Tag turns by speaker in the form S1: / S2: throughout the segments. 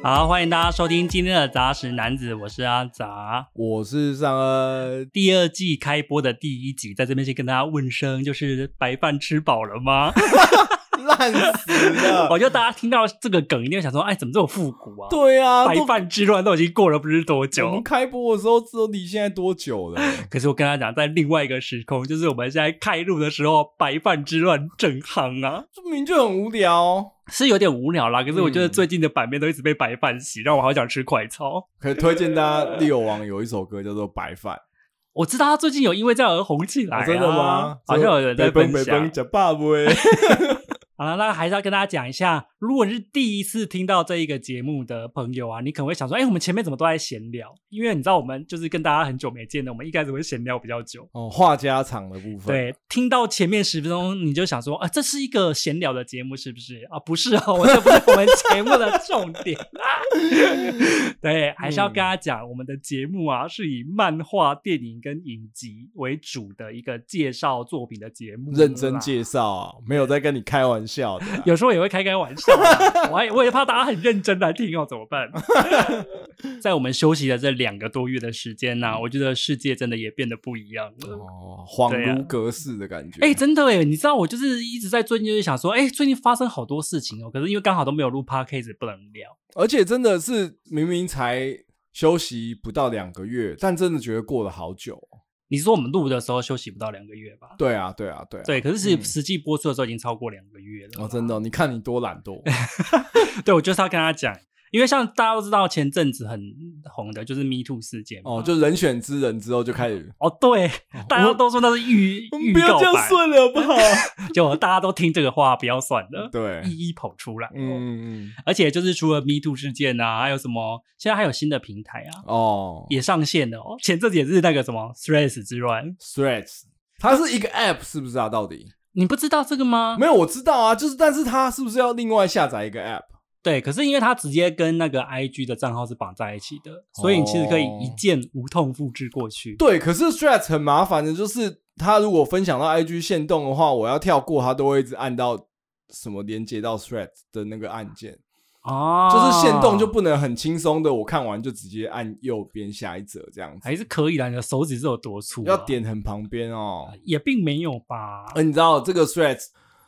S1: 好，欢迎大家收听今天的杂食男子，我是阿杂。
S2: 我是呃尚恩，
S1: 第二季开播的第一集，在这边先跟大家问声，就是白饭吃饱了 吗？
S2: 烂死 了。
S1: 我觉得大家听到这个梗，一定会想说，哎，怎么这么复古啊？
S2: 对啊，
S1: 白
S2: 都
S1: 饭之乱都已经过了不知多
S2: 我们
S1: 久。
S2: 开播的时候，都离现在多久 了？
S1: 可是我跟他讲，在另外一个时空，就是我们现在开录的时候，白饭之乱正夯啊，
S2: 这明明就很无聊。
S1: 是有点无聊啦。可是我觉得
S2: 嗯
S1: 最近的版面都一直被白饭洗，让我好想吃快炒。
S2: 可以推荐大家，利友王有一首歌叫做《白饭
S1: 我知道他最近有因为这样而红起来、》啊
S2: 哦真的吗？
S1: 好像有人在分享。
S2: 讲爸爸。
S1: 好了，那还是要跟大家讲一下，如果是第一次听到这一个节目的朋友啊，你可能会想说，哎、我们前面怎么都在闲聊？因为你知道，我们就是跟大家很久没见的，我们一开始会闲聊比较久。
S2: 哦，话家常的部分。
S1: 对，听到前面十分钟，你就想说，啊，这是一个闲聊的节目，是不是？啊，不是哦，我这不是我们节目的重点啦。 对，还是要跟
S2: 嗯
S1: 大家讲，我们的节目啊，是以漫画、电影跟影集为主的一个介绍作品的节目啦，
S2: 认真介绍啊，没有在跟你开玩笑的 啊。
S1: 有时候也会开开玩笑啦， 我还我也怕大家很认真来听哦，怎么 办？在我们休息的这两个多月的时间呢、我觉得世界真的也变得不一样了。
S2: 嗯哦，啊恍
S1: 对啊
S2: 如隔世的感觉。
S1: 哎、真的哎，你知道我就是一直在最近就是想说，哎、最近发生好多事情哦，可是因为刚好都没有录 podcast，不能聊。
S2: 而且真的是明明才休息不到两个月，但真的觉得过了好久哦。
S1: 你说我们录的时候休息不到两个月吧？
S2: 对啊，对啊，对啊。
S1: 对，可是实
S2: 嗯
S1: 实际播出的时候已经超过两个月了。
S2: 哦，真的哦、你看你多懒 惰。
S1: 对，我就是要跟他讲，因为像大家都知道，前阵子很红的就是 Me Too 事件嘛
S2: 哦，就人选之人之后就开 始，
S1: 哦，对，大家都说那是预预告版，
S2: 了好不好？
S1: 就大家都听这个话，不要算了，
S2: 对，
S1: 一一跑出来。嗯，
S2: 嗯，嗯嗯
S1: 而且就是除了 Me Too 事件啊，还有什么？现在还有新的平台啊，
S2: 哦
S1: 也上线了哦。前阵子也是那个什么 Threads 之乱，
S2: ，Threads，它是一个 App 是不是啊？到底
S1: 你不知道这个吗？
S2: 没有，我知道啊，就是，但是它是不是要另外下载一个 App？
S1: 对，可是因为它直接跟那个 IG 的账号是绑在一起的，所以你其实可以一键无痛复制过去。
S2: 哦对，可是 Threads 很麻烦的，就是它如果分享到 IG 线动的话，我要跳过它都会一直按到什么连接到 Threads 的那个按键，
S1: 哦，
S2: 就是线动就不能很轻松的，我看完就直接按右边下一则这样子，
S1: 还是可以的，你的手指是有多粗、啊
S2: 要，点哎很旁边哦。
S1: 也并没有吧。
S2: 而呃你知道这个 Threads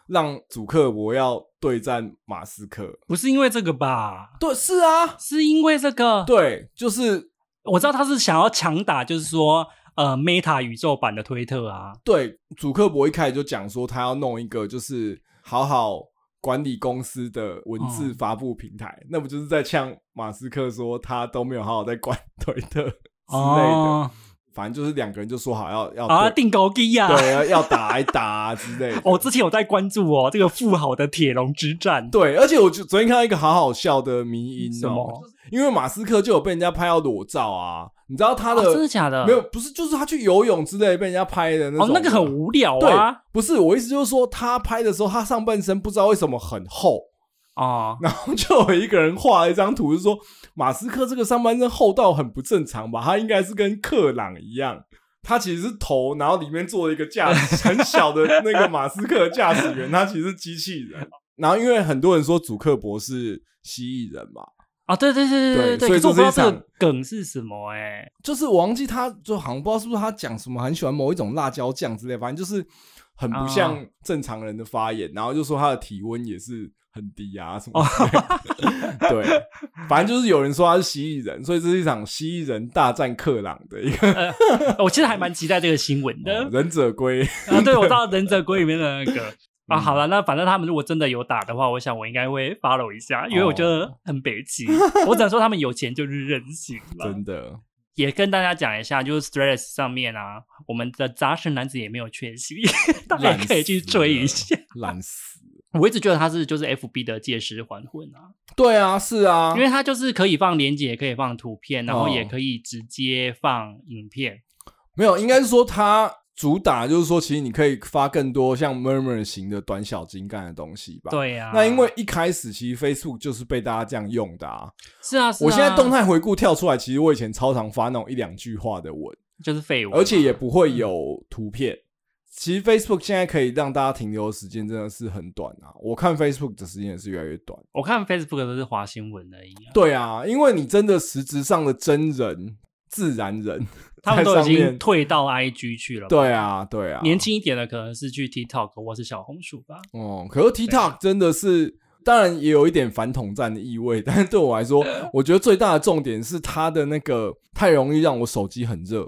S2: 让主克伯要对战马斯克，
S1: 不是因为这个吧？
S2: 对，是啊，
S1: 是因为这个，
S2: 对，就是
S1: 我知道他是想要强打，就是说，呃，Meta 宇宙版的推特啊，
S2: 对主克伯一开始就讲说他要弄一个就是好好管理公司的文字发布平台，那不就是在呛马斯克说他都没有好好在管 推特之类的，
S1: 哦，
S2: 反正就是两个人就说好要要
S1: 啊，
S2: 对
S1: 定高低呀、
S2: 对要要打来打啊之类的。
S1: 我、之前有在关注哦，这个富豪的铁笼之战，
S2: 对，而且我就昨天看到一个好好笑的迷因
S1: 什
S2: 哦、
S1: 么？
S2: 因为马斯克就有被人家拍到裸照啊，你知道他
S1: 啊
S2: 的、
S1: 真的假的？
S2: 没有，不是，就是他去游泳之类被人家拍的那种
S1: 哦
S2: 的。，
S1: 那个很无聊
S2: 对
S1: 啊，，
S2: 不是我意思就是说，他拍的时候，他上半身不知道为什么很厚，
S1: 哦，
S2: 然后就有一个人画了一张图，就说马斯克这个上半身厚到很不正常吧，他应该是跟克朗一样。他其实是头，然后里面做了一个驾驶很小的那个马斯克驾驶员，他其实是机器人。 然后因为很多人说主克伯是蜥蜴人嘛，
S1: 啊，对对对对
S2: 对
S1: 对，
S2: 所
S1: 可
S2: 以
S1: 是我不知
S2: 这
S1: 道
S2: 是
S1: 这
S2: 一
S1: 个梗是什么哎、
S2: 就是我忘记他就好像不知道是不是他讲什么很喜欢某一种辣椒酱之类，反正就是很不
S1: 哦
S2: 像正常人的发言，然后就说他的体温也是很低啊什
S1: 哦
S2: 么之类的。对，反正就是有人说他是蜥蜴人，所以这是一场蜥蜴人大战克朗 的一个
S1: 哦我其实还蛮期待这个新闻的。
S2: 忍 者龟。
S1: 啊，对，我 知道《忍者龟》里面的那
S2: 嗯
S1: 个。啊，好了，那反正他们如果真的有打的话，我想我应该会 follow 一下，因为我觉
S2: 哦
S1: 得很北齐。我只能说他们有钱就是任性了。
S2: 真的，
S1: 也跟大家讲一下，就是 Stress 上面啊，我们的杂食男子也没有缺席， 大家也可以去追一下。
S2: 懒死。
S1: 我一直觉得他是就是 FB 的借尸还魂啊，
S2: 对啊，是啊
S1: 因，为他就是可以放链接，也可以放图片，然后也
S2: 哦
S1: 可以直接放影片。
S2: 没有，应该是说他主打就是说，其实你可以发更多像 murmur 型的短小精干的东西吧。。
S1: 对呀、啊，
S2: 那因为一开始其实 Facebook 就是被大家这样用的啊，
S1: 是啊，是啊
S2: 我现在动态回顾跳出来，其实我以前超常发那种一两句话的文，
S1: 嗯就是废物嘛，
S2: 而且也不会有图片，其实 Facebook 现在可以让大家停留的时间真的是很短啊，我看 Facebook 的时间也是越来越短。
S1: 我看 Facebook 都是滑新闻而已、啊，
S2: 对啊，因为你真的实质上的真人、自然人，
S1: 他们都已
S2: 在上
S1: 经
S2: 面
S1: 退到 IG 去了。，
S2: 对啊，对啊，
S1: 年轻一点的可能是去 TikTok 或是小红书吧。
S2: 哦、可是
S1: 啊
S2: TikTok 真的是，当然也有一点反统战的意味， 但是对我来 说，我觉得最大的重点是它的那个太容易让我手机很热，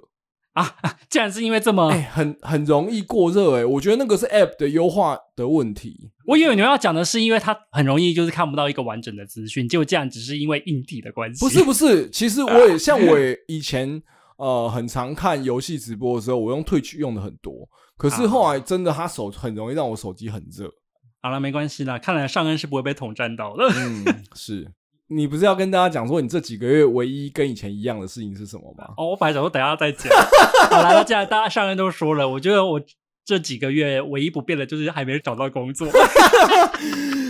S1: 啊 竟然是因为这么，
S2: 哎、很很容易过热，哎，我觉得那个是 App 的优化的问题。
S1: 我以为你们要讲的是因为它很容易就是看不到一个完整的资讯，结果竟然只是因为硬体的关系。
S2: 不是不是，其实
S1: 啊
S2: 我也像我也以前呃很常看游戏直播的时候，我用 Twitch 用的很多，可是后来真的它手很容易让我手机很热。
S1: 好了，没关系啦，看来上恩是不会被统战到的。
S2: 嗯， 是你不是要跟大家讲说你这几个月唯一跟以前一样的事情是什么 吗？
S1: 哦，我本来想说等一下再 讲，好啦，那既然大家上恩都说了，我觉得我这几个月唯一不变的就是还没找到工
S2: 哎
S1: 作。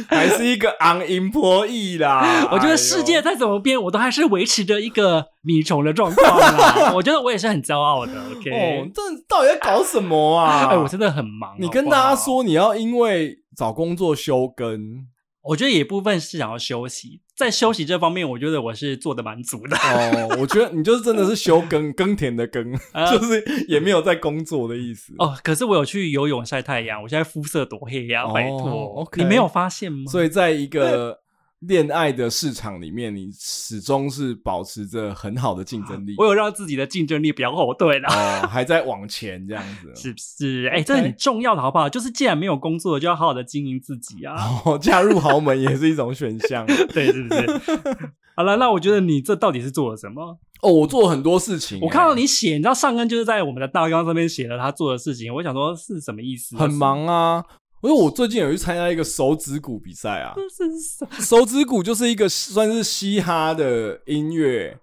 S2: 还是一个 unemployed 啦 哎
S1: 我觉得世界再怎么变，我都还是维持着一个米虫的状况啦。我觉得我也是很骄傲的。OK，
S2: 哎呦哦，这到底在搞什么啊？
S1: 哎，我真的很忙。
S2: 你
S1: 好
S2: 跟
S1: 不
S2: 大
S1: 好，
S2: 家说你要因为找工作休更
S1: 我觉得有一部分是想要休息，在休息这方面，我觉得我是做的蛮足的。
S2: 哦，我觉得你就是真的是休耕耕田的耕，
S1: 呃
S2: 就是也没有在工作的意思。
S1: 哦，可是我有去游泳晒太阳，我现在肤色多黑呀、
S2: 哦
S1: 拜托、
S2: ，OK
S1: 你没有发现吗？
S2: 所以在一个恋爱的市场里面，你始终是保持着很好的竞争力
S1: 我有让自己的竞争力不要后退 啦。
S2: 哦，还在往前这样子。
S1: 是不是？哎、这
S2: OK
S1: 很重要的，好不好？就是既然没有工作，就要好好的经营自己 啊。
S2: 哦，嫁入豪门也是一种选 项
S1: 对，是不是？ 好了，那我觉得你这到底是做了什么？
S2: 哦。我做了很多事情欸、
S1: 我看到你写，你知道上恩就是在我们的大纲上面写了他做的事情，我想说是什么意思？
S2: 很，忙啊，因为我最近有去参加一个手指鼓比赛啊。
S1: 这是什么
S2: 手指鼓就是一个算是嘻哈的音乐，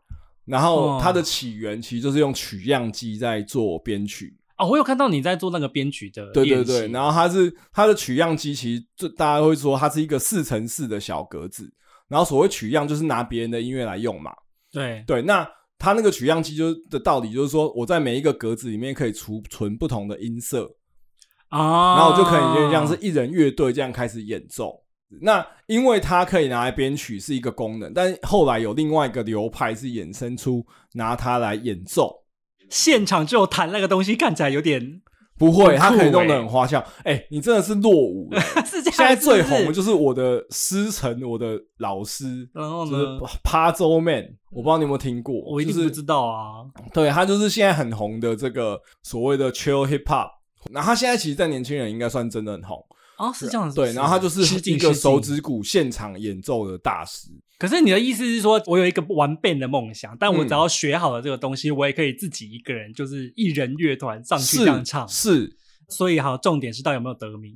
S2: 然后
S1: 哦
S2: 它的起源其实就是用取样机在做编曲。
S1: 哦，我有看到你在做那个编曲的
S2: 对对
S1: 练习
S2: 对，然后它是它的取样机，其实就大家会说它是一个四乘四的小格子。然后所谓取样就是拿别人的音乐来用嘛。
S1: 对
S2: 对，那它那个取样机就是的道理就是说，我在每一个格子里面可以储存不同的音色，
S1: 啊，
S2: 然后我就可以就像是一人乐队这样开始演奏。那因为它可以拿来编曲是一个功能，但后来有另外一个流派是衍生出拿它来演奏，
S1: 现场只有弹那个东西，看起来有点
S2: 不会，它
S1: 很酷
S2: 可以弄得
S1: 欸
S2: 很花俏。哎、你真的是落 伍了。
S1: 是这样。
S2: 现在最红的
S1: 就
S2: 就是我的师承，我的老师，
S1: 然后
S2: 就
S1: 呢嗯
S2: 是，趴周 man，我不知道你有没有听过，
S1: 我一
S2: 就
S1: 定
S2: 是
S1: 不知道啊。
S2: 对他就是现在很红的这个所谓的 chill hip hop，那他现在其实，在年轻人应该算真的很红。
S1: 哦，是这样子。
S2: 对，然后他就是
S1: 失敬
S2: 一个
S1: 失敬
S2: 手指鼓现场演奏的大师。
S1: 可是你的意思是说，我有一个玩 b 的梦想，但我
S2: 嗯
S1: 只要学好了这个东西，我也可以自己一个人，就是一人乐团上去
S2: 是
S1: 这样唱。
S2: 是，
S1: 所以好，重点是到底有没有得名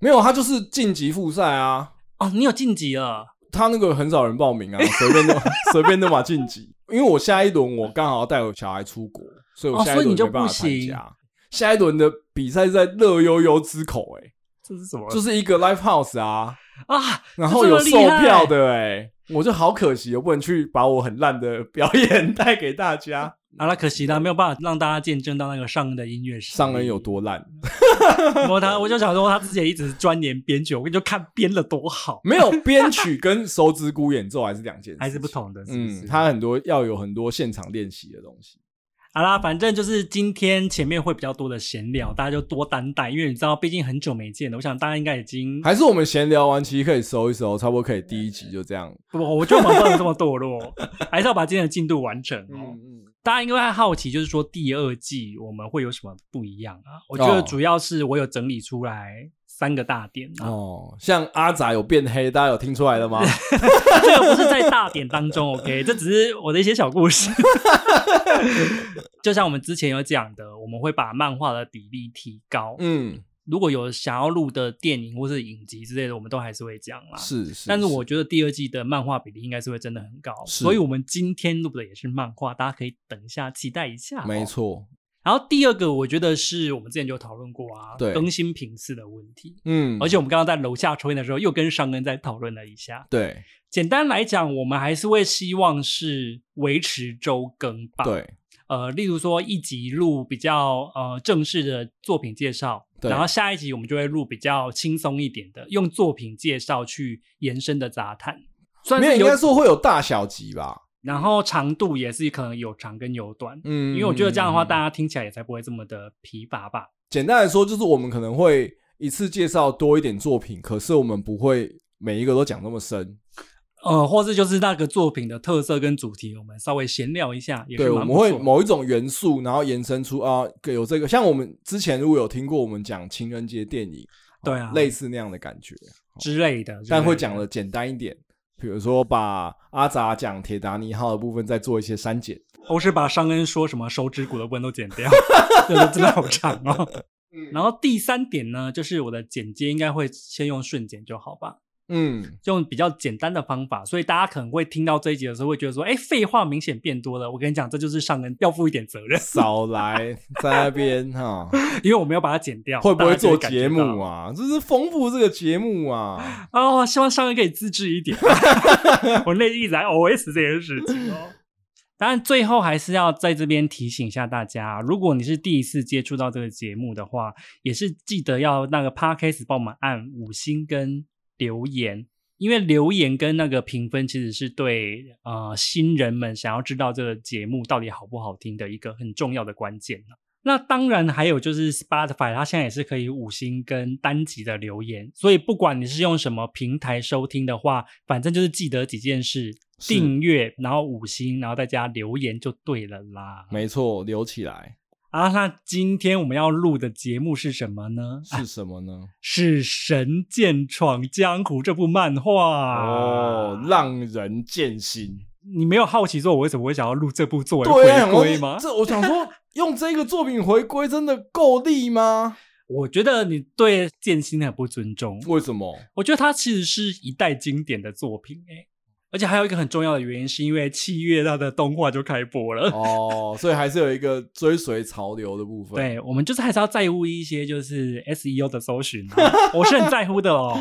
S2: 没有他就是晋级复赛啊，
S1: 哦？你有晋级了
S2: 他那个很少人报名啊，随 便都随便都嘛晋级。因为我下一轮我刚好要带我小孩出国，所以我
S1: 哦
S2: 下一
S1: 所以
S2: 轮
S1: 你就
S2: 没办
S1: 不
S2: 法参
S1: 行
S2: 加。下一轮的比赛是在乐悠悠之口、欸，
S1: 这是什么？
S2: 就是一个 live house 啊，
S1: 啊，
S2: 然后有
S1: 这
S2: 售
S1: 么厉害
S2: 票的、欸，我就好可惜，我不能去把我很烂的表演 带给大家。
S1: 好了，可惜了，没有办法让大家见证到那个上恩的音乐史。
S2: 上恩有多烂？
S1: 然后 他，我就想说，他之前一直钻研编曲，我跟你就看编了多好，
S2: 没有编曲跟手指鼓演奏还是两件事，
S1: 还是不。同的，是不是？
S2: 嗯，他很多要有很多现场练习的东西。
S1: 好啦，反正就是今天前面会比较多的闲聊，大家就多担待，因为你知道，毕竟很久没见了，我想大家应该已经
S2: 还是我们闲聊完，其实可以收一收，差不多可以第一集就这样。
S1: 不，我觉得我们不能这么堕落，还是要把今天的进度完成哦。
S2: 嗯嗯，
S1: 大家应该会好奇，就是说第二季我们会有什么不一样啊？我觉得
S2: 哦
S1: 主要是我有整理出来三个大点啊，
S2: 哦，像阿仔有变黑，大家有听出来 了吗？
S1: 这个不是在大点当中，OK，这只是我的一些小故 事。就像我们之前有讲的，我们会把漫画的比例提高。
S2: 嗯，
S1: 如果有想要录的电影或是影集之类的，我们都还是会讲啦。
S2: 是是。
S1: 但是我觉得第二季的漫画比例应该是会真的很高，
S2: 是
S1: 所以我们今天录的也是漫画，大家可以等一下期待一下、哦
S2: 没。错，
S1: 然后第二个，我觉得是我们之前就有讨论过啊，
S2: 对
S1: 更新频次的问题。
S2: 嗯，
S1: 而且我们刚刚在楼下抽烟的时候，又跟上恩在讨论了一下。
S2: 对
S1: 简单来讲，我们还是会希望是维持周更吧。，
S2: 对，
S1: 呃，例如说一集录比较呃正式的作品介绍，
S2: 对
S1: 然后下一集我们就会录比较轻松一点的，用作品介绍去延伸的杂谈，算
S2: 没有
S1: 是
S2: 应
S1: 有
S2: 该，说会有大小集吧，
S1: 然后长度也是可能有长跟有短，
S2: 嗯，
S1: 因为我觉得这样的话，大
S2: 家
S1: 家听起来也才不会这么的疲乏吧。
S2: 简单来说就是我们可能会一次介绍多一点作品，可是我们不会每一个都讲那么深，
S1: 呃，或是就是那个作品的特色跟主题，我们稍微闲聊一下，也
S2: 对，
S1: 是
S2: 我
S1: 蛮
S2: 们
S1: 不错
S2: 会某一种元素，然后延伸出啊有这个，像我们之前如果有听过我们讲情人节电影，
S1: 对啊
S2: 类似那样的感觉，
S1: 之类的，
S2: 但会
S1: 之类
S2: 讲的简单一点。比如说，把阿杂讲铁达尼号的部分再做一些删减，
S1: 的，我是把上恩说什么手指骨的部分都剪掉， 真的真的好长哦。
S2: 嗯
S1: 然后第三点呢，就是我的剪接应该会先用瞬剪就好吧，
S2: 嗯，
S1: 用比较简单的方法，所以大家可能会听到这一集的时候会觉得说，哎，废话明显变多了。我跟你讲，这就是上恩要负一点责任，
S2: 少来在那边哈，
S1: 因为我没有把它剪掉。
S2: 会不
S1: 大
S2: 会
S1: 家就
S2: 做
S1: 感
S2: 节
S1: 觉
S2: 目
S1: 到？
S2: 啊？就是丰富这个节目啊，
S1: 哦，希望上恩可以自制一 点。我内心一直在 OS 这件事情哦。当然，最后还是要在这边提醒一下大家，啊如果你是第一次接触到这个节目的话，也是记得要那个 Podcast 帮我们按五星跟留言，因为留言跟那个评分其实是对呃新人们想要知道这个节目到底好不好听的一个很重要的关键啊那当然还有就是 Spotify，它现在也是可以五星跟单集的留言，所以不管你是用什么平台收听的话，反正就是记得几件事：
S2: 是
S1: 订阅，然后五星，然后再加留言就对了啦。
S2: 没错，留起来
S1: 啊，那今天我们要录的节目是什么呢？
S2: 是什么 呢？
S1: 是《神剑闯江湖》这部漫画
S2: 哦，让人见心。
S1: 你没有好奇说我为什么会想要录这部作为
S2: 对啊，
S1: 回
S2: 我
S1: 归吗？
S2: 这我想 说，用这个作品回归真的够力吗？
S1: 我觉得你对剑心很不尊重。
S2: 为 什么？
S1: 我觉得它其实是一代经典的作品诶、而且还有一个很重要的原因，是因为七月它的动画就开播了。
S2: 哦，所以还是有一个追随潮流的部分。，
S1: 对，我们就是还是要在乎一些就是 SEO 的搜寻、啊，我是很在乎的哦。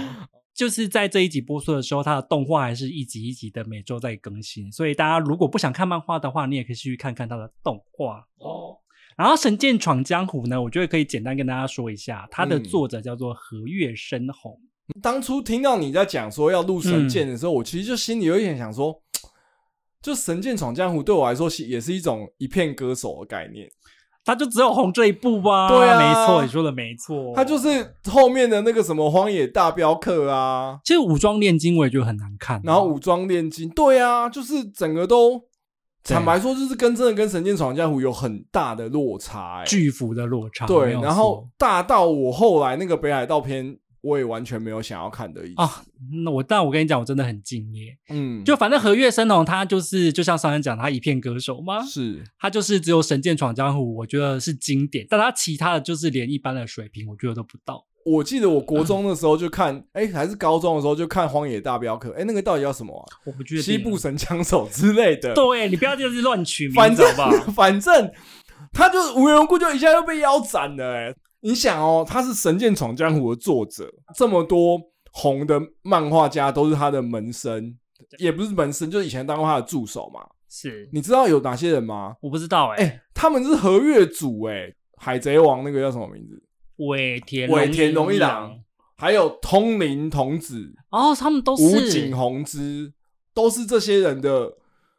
S1: 就是在这一集播出的时候，它的动画还是一集一集的每周在更新，所以大家如果不想看漫画的话，你也可以去看看它的动画哦。然后《神剑闯江湖》呢，我觉得可以简单跟大家说一下，它的
S2: 嗯
S1: 作者叫做和月伸宏。
S2: 当初听到你在讲说要录
S1: 嗯
S2: 《神剑》的时候，我其实就心里有一点想说，就《神剑闯江湖》对我来说是也是一种一片歌手的概念，
S1: 他就只有红这一部啊，
S2: 对啊
S1: 没错，你说的没错，
S2: 它
S1: 哦
S2: 就是后面的那个什么《荒野大镖客》啊，
S1: 其实武装炼金我也觉得很难看啊、
S2: 然后武装炼金，对啊，就是整个都。
S1: 对
S2: 坦白说，就是跟真的跟《神剑闯江湖》有很大的落差、欸，
S1: 巨幅的落差，
S2: 对
S1: 没，有
S2: 然后
S1: 错
S2: 大到我后来那个北海道篇，我也完全没有想要看的意思。
S1: 啊，那我但我跟你讲，我真的很敬业。
S2: 嗯，
S1: 就反正和月生哦，他就是就像上人讲，他一片歌手嘛，
S2: 是
S1: 他就是只有《神剑闯江湖》，我觉得是经典，但他其他的就是连一般的水平，我觉得都不到。
S2: 我记得我国中的时候就看， 哎、还是高中的时候就看《荒野大镖客》，哎，那个到底叫什么啊？
S1: 我不觉得
S2: 西部神枪手之类的。
S1: 对你不要就是乱取名，
S2: 反
S1: 字
S2: 正
S1: 好不 好？
S2: 反正他就无缘无故就一下就被腰斩了、哎，你想哦，他是《神剑闯江湖》的作者，这么多红的漫画家都是他的门生，也不是门生，就是以前当过他的助手嘛。
S1: 是
S2: 你知道有哪些人吗？
S1: 我不知道哎、
S2: 哎、他们是和月组哎、海贼王那个叫什么名字？
S1: 尾田
S2: 尾田荣
S1: 一
S2: 一郎，还有通灵童子、
S1: 哦，他们都
S2: 武
S1: 是
S2: 井宏之，都是这些人的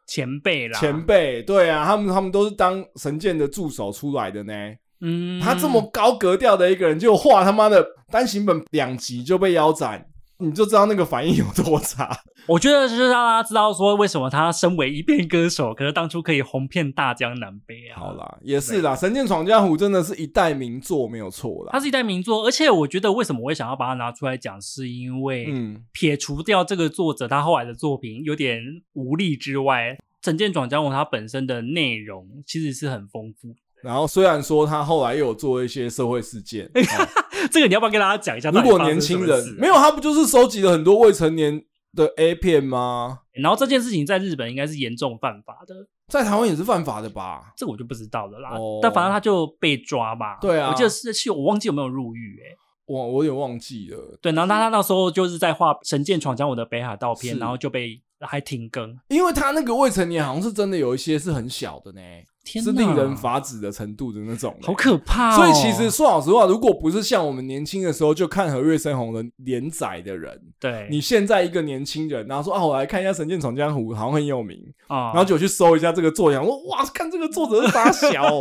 S1: 前辈啦，
S2: 前辈。对啊，他们他们都是当神剑的助手出来的呢。
S1: 嗯，
S2: 他这么高格调的一个人，就画他妈的单行本两集就被腰斩，你就知道那个反应有多差。
S1: 我觉得就是让大家知道说，为什么他身为一片歌手，可是当初可以红遍大江南北啊。
S2: 好，啦，也是啦，《神剑闯江湖》真的是一代名作，没有错啦。
S1: 他是一代名作，而且我觉得为什么我会想要把它拿出来讲，是因为
S2: 嗯，
S1: 撇除掉这个作者他后来的作品有点无力之外，《整件转江湖》它本身的内容其实是很丰富。
S2: 然后虽然说他后来又有做一些社会事件，哦
S1: 这个你要不要跟大家讲一下？
S2: 如果年轻人
S1: 啊
S2: 没有，，他不就是收集了很多未成年的 A 片吗？
S1: 欸然后这件事情在日本应该是严重犯法的，
S2: 在台湾也是犯法的吧？
S1: 这个我就不知道了啦。
S2: 哦
S1: 但反正他就被抓嘛。
S2: 对啊
S1: 我记得是是，我忘记有没有入狱哎、欸
S2: 我我有点忘记了，
S1: 对，然后他他那时候就是在画《神剑闯江湖》的北海道篇，
S2: 嗯是
S1: 然后就被还停更。
S2: 因为他那个未成年好像是真的有一些是很小的呢。
S1: 天
S2: 是
S1: 哪
S2: 令人发指的程度的那种、
S1: 好可怕、哦。
S2: 所以其实说老实话，如果不是像我们年轻的时候就看和月生红的连载的人，
S1: 对
S2: 你现在一个年轻人，然后说啊，我来看一下《神剑闯江湖》，好像很有名，
S1: 啊，
S2: 然后就去搜一下这个作者，我哇，看这个作者是傻小哦、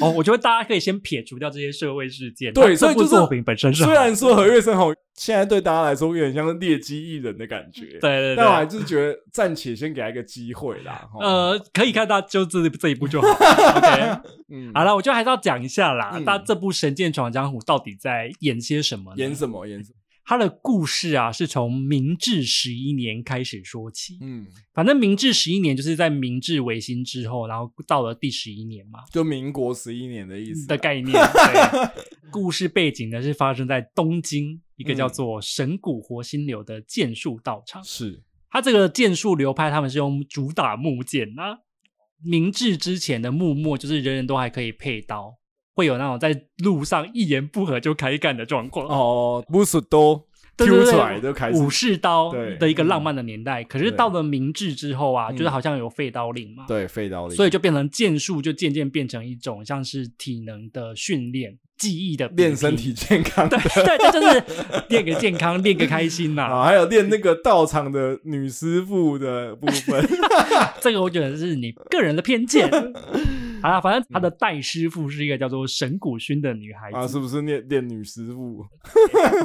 S1: 哦，我觉得大家可以先撇除掉这些社会事件。
S2: 对
S1: 它
S2: 所
S1: 这
S2: 以
S1: 部
S2: 就是
S1: 作品本身是好
S2: 虽然说和月生红现在对大家来说有点像是劣迹艺人的感觉，
S1: 对对
S2: 但我还
S1: 对，
S2: 是觉得暂且先给他一个机会啦。齁，
S1: 呃，可以看到就这这一部 就好。OK，
S2: 嗯，
S1: 好了，我觉得还是要讲一下啦，
S2: 嗯
S1: 那、这部《神剑闯江湖》到底在演些什么呢？
S2: 演什么演什么？
S1: 它的故事啊，是从明治十一年开始说起。
S2: 嗯，
S1: 反正明治十一年就是在明治维新之后，然后到了第十一年嘛
S2: 就民国十一年的意思
S1: 的
S2: 啦。
S1: 概念。 对故事背景呢是发生在东京一
S2: 嗯
S1: 个叫做神谷活心流的剑术道场。
S2: 是，
S1: 它这个剑术流派，他们是用主打木剑啊。明治之前的幕末就是人人都还可以配刀，会有那种在路上一言不合就开干的状况。
S2: 哦，不是都
S1: 对对
S2: Q
S1: 对
S2: 出来就开始
S1: 武士刀
S2: 对嗯
S1: 的一个浪漫的年代。可是
S2: 对
S1: 到了明治之后啊，
S2: 嗯
S1: 就是好像有废刀令嘛，
S2: 对废刀的意思，
S1: 所以就变成剑术，就渐渐变成一种像是体能的训练、记忆的比拼
S2: 练身体。健康
S1: 对对，这就是练个健康，练个开心 呐、
S2: 啊，还有练那个道场的女师傅的部 分。
S1: 这个我觉得是你个人的偏 见。好啦，反正他的代师傅是一个叫做神谷薰的女孩
S2: 嗯啊，
S1: 子。
S2: 是不是练练女师傅？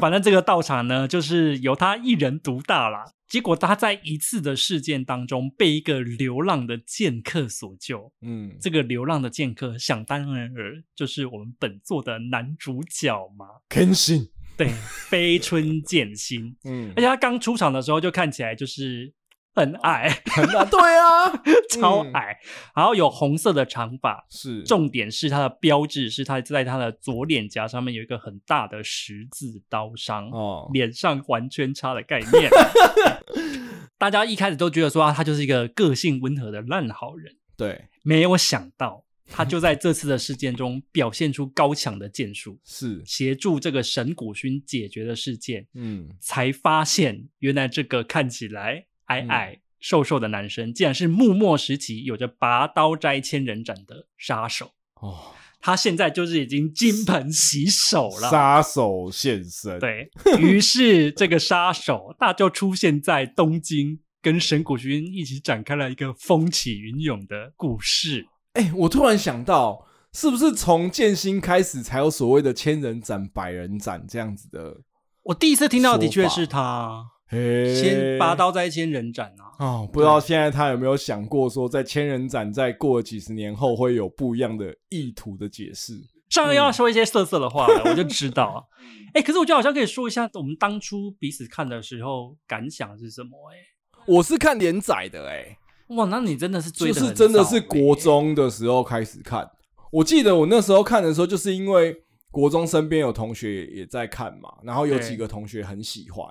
S1: 反正这个道场呢，就是由他一人独大啦。结果他在一次的事件当中被一个流浪的剑客所救。
S2: 嗯，
S1: 这个流浪的剑客，想当然尔就是我们本作的男主角嘛。
S2: 肯信，
S1: 对，悲春剑心，
S2: 嗯
S1: 而，且他刚出场的时候就看起来就是很矮，
S2: 啊， 对啊，
S1: 超矮，然后有红色的长发。
S2: 是
S1: 重点是他的标志是他在他的左脸颊上面有一个很大的十字刀伤，
S2: 哦，
S1: 脸上环圈叉的概念。大家一开始都觉得说啊，他就是一个个性温和的烂好人，
S2: 对，
S1: 没有想到他就在这次的事件中表现出高强的剑术，
S2: 是，
S1: 协助这个神谷勋解决的事件。
S2: 嗯，
S1: 才发现，原来这个看起来矮矮、瘦瘦的男生，竟然是幕末时期有着拔刀摘千人斩的杀手。
S2: 哦，
S1: 他现在就是已经金盆洗手了。
S2: 杀手现身，，
S1: 对于是，这个杀手他就出现在东京，跟神谷薰一起展开了一个风起云涌的故事。
S2: 哎、我突然想到，是不是从剑心开始才有所谓的千人斩、百人斩这样子的？
S1: 我第一次听到的
S2: 说
S1: 确
S2: 法
S1: 是他
S2: 嘿，
S1: 先拔刀摘千人斩啊，
S2: 哦，不知道现在他有没有想过说，在千人斩在过了几十年后会有不一样的意图的解释？
S1: 上要说一些色色的 话了，我就知道。
S2: 嗯
S1: 哎、可是我觉得好像可以说一下我们当初彼此看的时候感想是什么、哎，
S2: 我是看连载的、哎，
S1: 哇，那你真的是追
S2: 就
S1: 得很
S2: 是真的
S1: 早欸
S2: 是国中的时候开始看。我记得我那时候看的时候，就是因为国中身边有同学也在看嘛，然后有
S1: 对
S2: 几个同学很喜欢。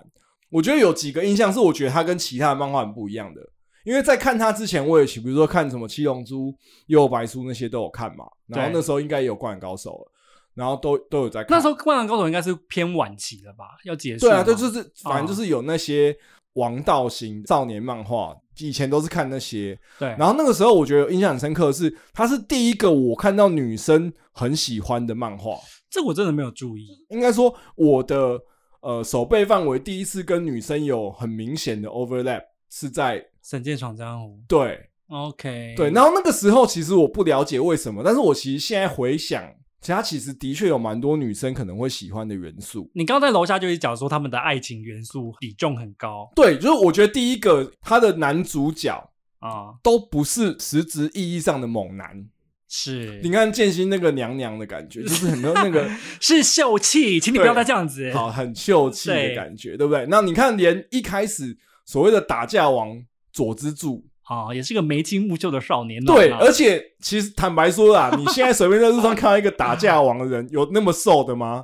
S2: 我觉得有几个印象是我觉得它跟其他的漫画很不一样的，因为在看它之前，我也喜，比如说看什么《七龙珠》《幽白书》那些都有看嘛，然后
S1: 对
S2: 那时候应该也有《灌篮高手》了，然后都都有在看。
S1: 那时候《灌篮高手》应该是偏晚期了吧？要结束
S2: 对啊，
S1: 吗
S2: 对，就是反正就是有那些王道型少年漫画，以前都是看那些，
S1: 对，
S2: 然后那个时候我觉得印象很深刻的是，它是第一个我看到女生很喜欢的漫画。
S1: 这我真的没有注意
S2: 应该说我的呃手背范围第一次跟女生有很明显的 overlap 是在
S1: 《神剑闯江湖
S2: 对》。
S1: OK，
S2: 对，然后那个时候其实我不了解为什么，但是我其实现在回想，其实它其实的确有蛮多女生可能会喜欢的元素。
S1: 你刚刚在楼下就一讲说他们的爱情元素比重很高
S2: 对，就是我觉得第一个他的男主角
S1: 啊，
S2: 都不是实质意义上的猛男，
S1: 是
S2: 你看剑心那个娘娘的感觉，就是很多那个。
S1: 是秀气，请你不要再这样子。
S2: 好，很秀气的感觉，对不对？那你看，连一开始所谓的打架王佐之助，
S1: 啊，也是个眉清目秀的少年郎啊。
S2: 对，而且其实坦白说啦，你现在随便在路上看到一个打架王的人，有那么瘦的吗？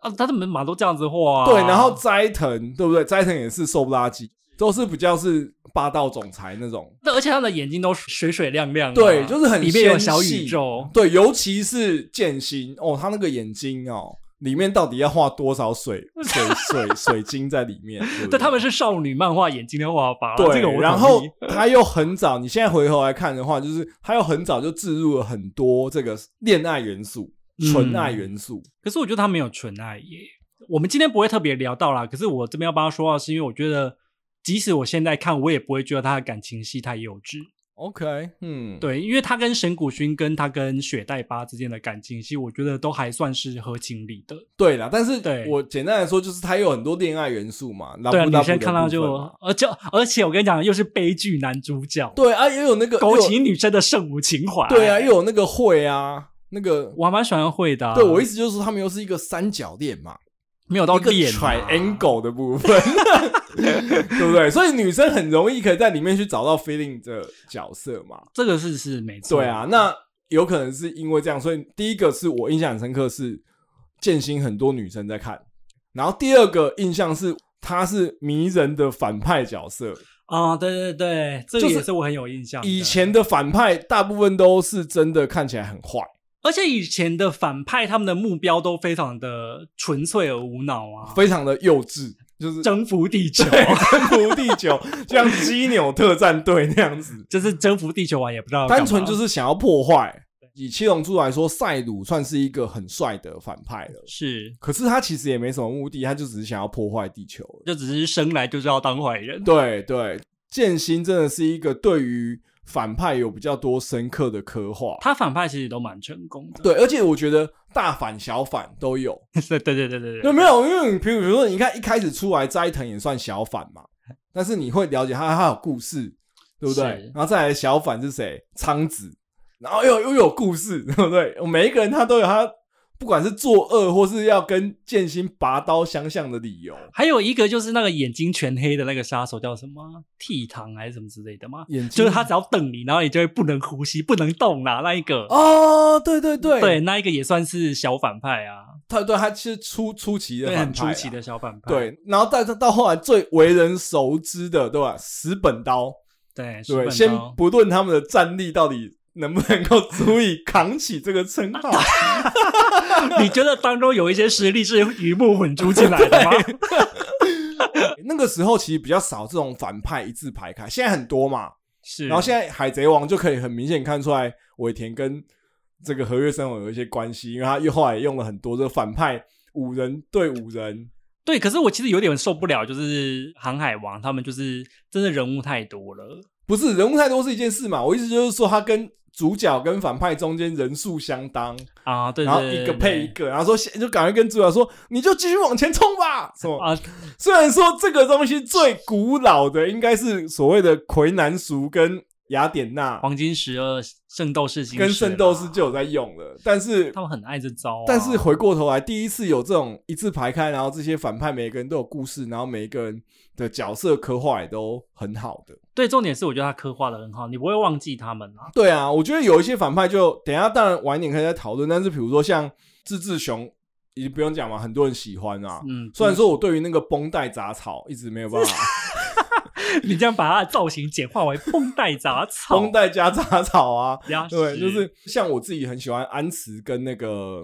S1: 啊，他的门马都这样子画、啊。
S2: 对，然后斋藤，对不对？斋藤也是瘦不拉几，都是比较是霸道总裁那种。
S1: 那而且他的眼睛都水水亮亮、啊，
S2: 对，就是很
S1: 里面有
S2: 纤
S1: 小
S2: 细
S1: 宇宙，
S2: 对，尤其是剑心哦，他那个眼睛哦，里面到底要画多少水水水水晶在里面？对不对
S1: 但他们是少女漫画眼睛的画法啦，
S2: 对，
S1: 这个我
S2: 然
S1: 同
S2: 后
S1: 意
S2: 他又很早，你现在回头来看的话，就是他又很早就置入了很多这个恋爱元素、
S1: 嗯
S2: 纯爱元素。
S1: 可是我觉得他没有纯爱耶。我们今天不会特别聊到啦，可是我这边要帮他说话，是因为我觉得，即使我现在看，我也不会觉得他的感情戏太幼稚。
S2: OK，嗯，，
S1: 对，因为他跟神谷薰跟他跟雪代巴之间的感情戏，我觉得都还算是合情理的。
S2: 对啦，但是
S1: 对
S2: 我简单来说，就是他有很多恋爱元素嘛，
S1: 对啊，
S2: 拉布拉
S1: 女
S2: 布的
S1: 生看到
S2: 部分啊
S1: 就
S2: 嘛，
S1: 而且而且我跟你讲，又是悲剧男主角，
S2: 对啊，也有那个
S1: 勾
S2: 又
S1: 起女生的圣母情怀。
S2: 对啊，，又有那个会啊，那个
S1: 我还蛮喜欢会的啊、
S2: 对我意思就是说，他们又是一个三角恋嘛，
S1: 没有到
S2: 一个
S1: 脸、啊、
S2: triangle 的部分， 对不对？所以女生很容易可以在里面去找到 feeling 的角色嘛。
S1: 这个是是没错。
S2: 对啊，那有可能是因为这样，所以第一个是我印象很深刻是剑心很多女生在看，然后第二个印象是她是迷人的反派角色。
S1: 啊、对对对，这个
S2: 就是
S1: 也是我很有印象的。
S2: 以前的反派大部分都是真的看起来很坏，
S1: 而且以前的反派他们的目标都非常的纯粹而无脑啊，
S2: 非常的幼 稚，就是
S1: 征服地球，啊
S2: 征服地球，就像基纽特战队那样子，
S1: 就是征服地球啊，也不知 道干嘛
S2: 单纯就是想要破坏。以七龙珠来说，赛鲁算是一个很帅的反派了，
S1: 是，
S2: 可是他其实也没什么目的，他就只是想要破坏地球而
S1: 就
S2: 已。
S1: 只是生来就是要当坏人。
S2: 对对，剑心真的是一个对于反派有比较多深刻的刻画。
S1: 他反派其实都蛮成功的，
S2: 对，而且我觉得大反小反都有。
S1: 对对对对对
S2: 对，
S1: 对，
S2: 没有，因为你比如比如说，你看一开始出来斋藤也算小反嘛，但是你会了解他他有故事，对不对
S1: 是？
S2: 然后再来小反是谁？苍子，然后又又有故事，对不对？每一个人他都有他，不管是作恶或是要跟剑心拔刀相向的理由。
S1: 还有一个就是那个眼睛全黑的那个杀手叫什么剃糖还是什么之类的吗？
S2: 眼睛
S1: 就是他只要瞪你，然后你就会不能呼吸、不能动啦、那一个。
S2: 哦，对对对
S1: 对，那一个也算是小反派啊，
S2: 他对他是出出奇的
S1: 对，
S2: 反
S1: 很
S2: 派
S1: 出
S2: 啦
S1: 奇的小反派。
S2: 对，然后但是到后来最为人熟知的，对吧？石本刀，
S1: 对，石
S2: 对，
S1: 本
S2: 先
S1: 刀
S2: 不论他们的战力到底能不能够足以扛起这个称 号，
S1: 你觉得当中有一些实力是鱼目混珠进来的吗？
S2: 那个时候其实比较少这种反派一字排开，现在很多嘛。
S1: 是，
S2: 然后现在海贼王就可以很明显看出来，尾田跟这个和月生活有一些关系，因为他又后来用了很多这个反派五人对五人，
S1: 对，可是我其实有点受不了，就是航海王他们就是真的人物太多了，
S2: 不是人物太多是一件事嘛。我意思就是说，他跟主角跟反派中间人数相当，
S1: 啊，对
S2: 然后
S1: 对
S2: 一
S1: 对
S2: 个
S1: 对
S2: 配一个，然后说就赶快跟主角说，你就继续往前冲 吧。什么？
S1: 啊，
S2: 虽然说这个东西最古老的应该是所谓的魁南熟跟雅典娜
S1: 黄金十二圣斗士星矢啦
S2: 跟圣斗士就有在用了，但是
S1: 他们很爱这招、啊，
S2: 但是回过头来，第一次有这种一字排开，然后这些反派每个人都有故事，然后每一个人的角色刻画也都很好的。
S1: 对重点是我觉得他刻画的很好，你不会忘记他们啊，
S2: 对啊，我觉得有一些反派就等一下，当然晚一点可以再讨论。但是比如说像志志雄，已经不用讲嘛，很多人喜欢啊。
S1: 嗯，
S2: 虽然说我对于那个绷带杂草一直没有办法，
S1: 你这样把他的造型简化为绷带杂草，
S2: 绷带加杂 草啊，
S1: 呀
S2: 对，就是像我自己很喜欢安慈跟那个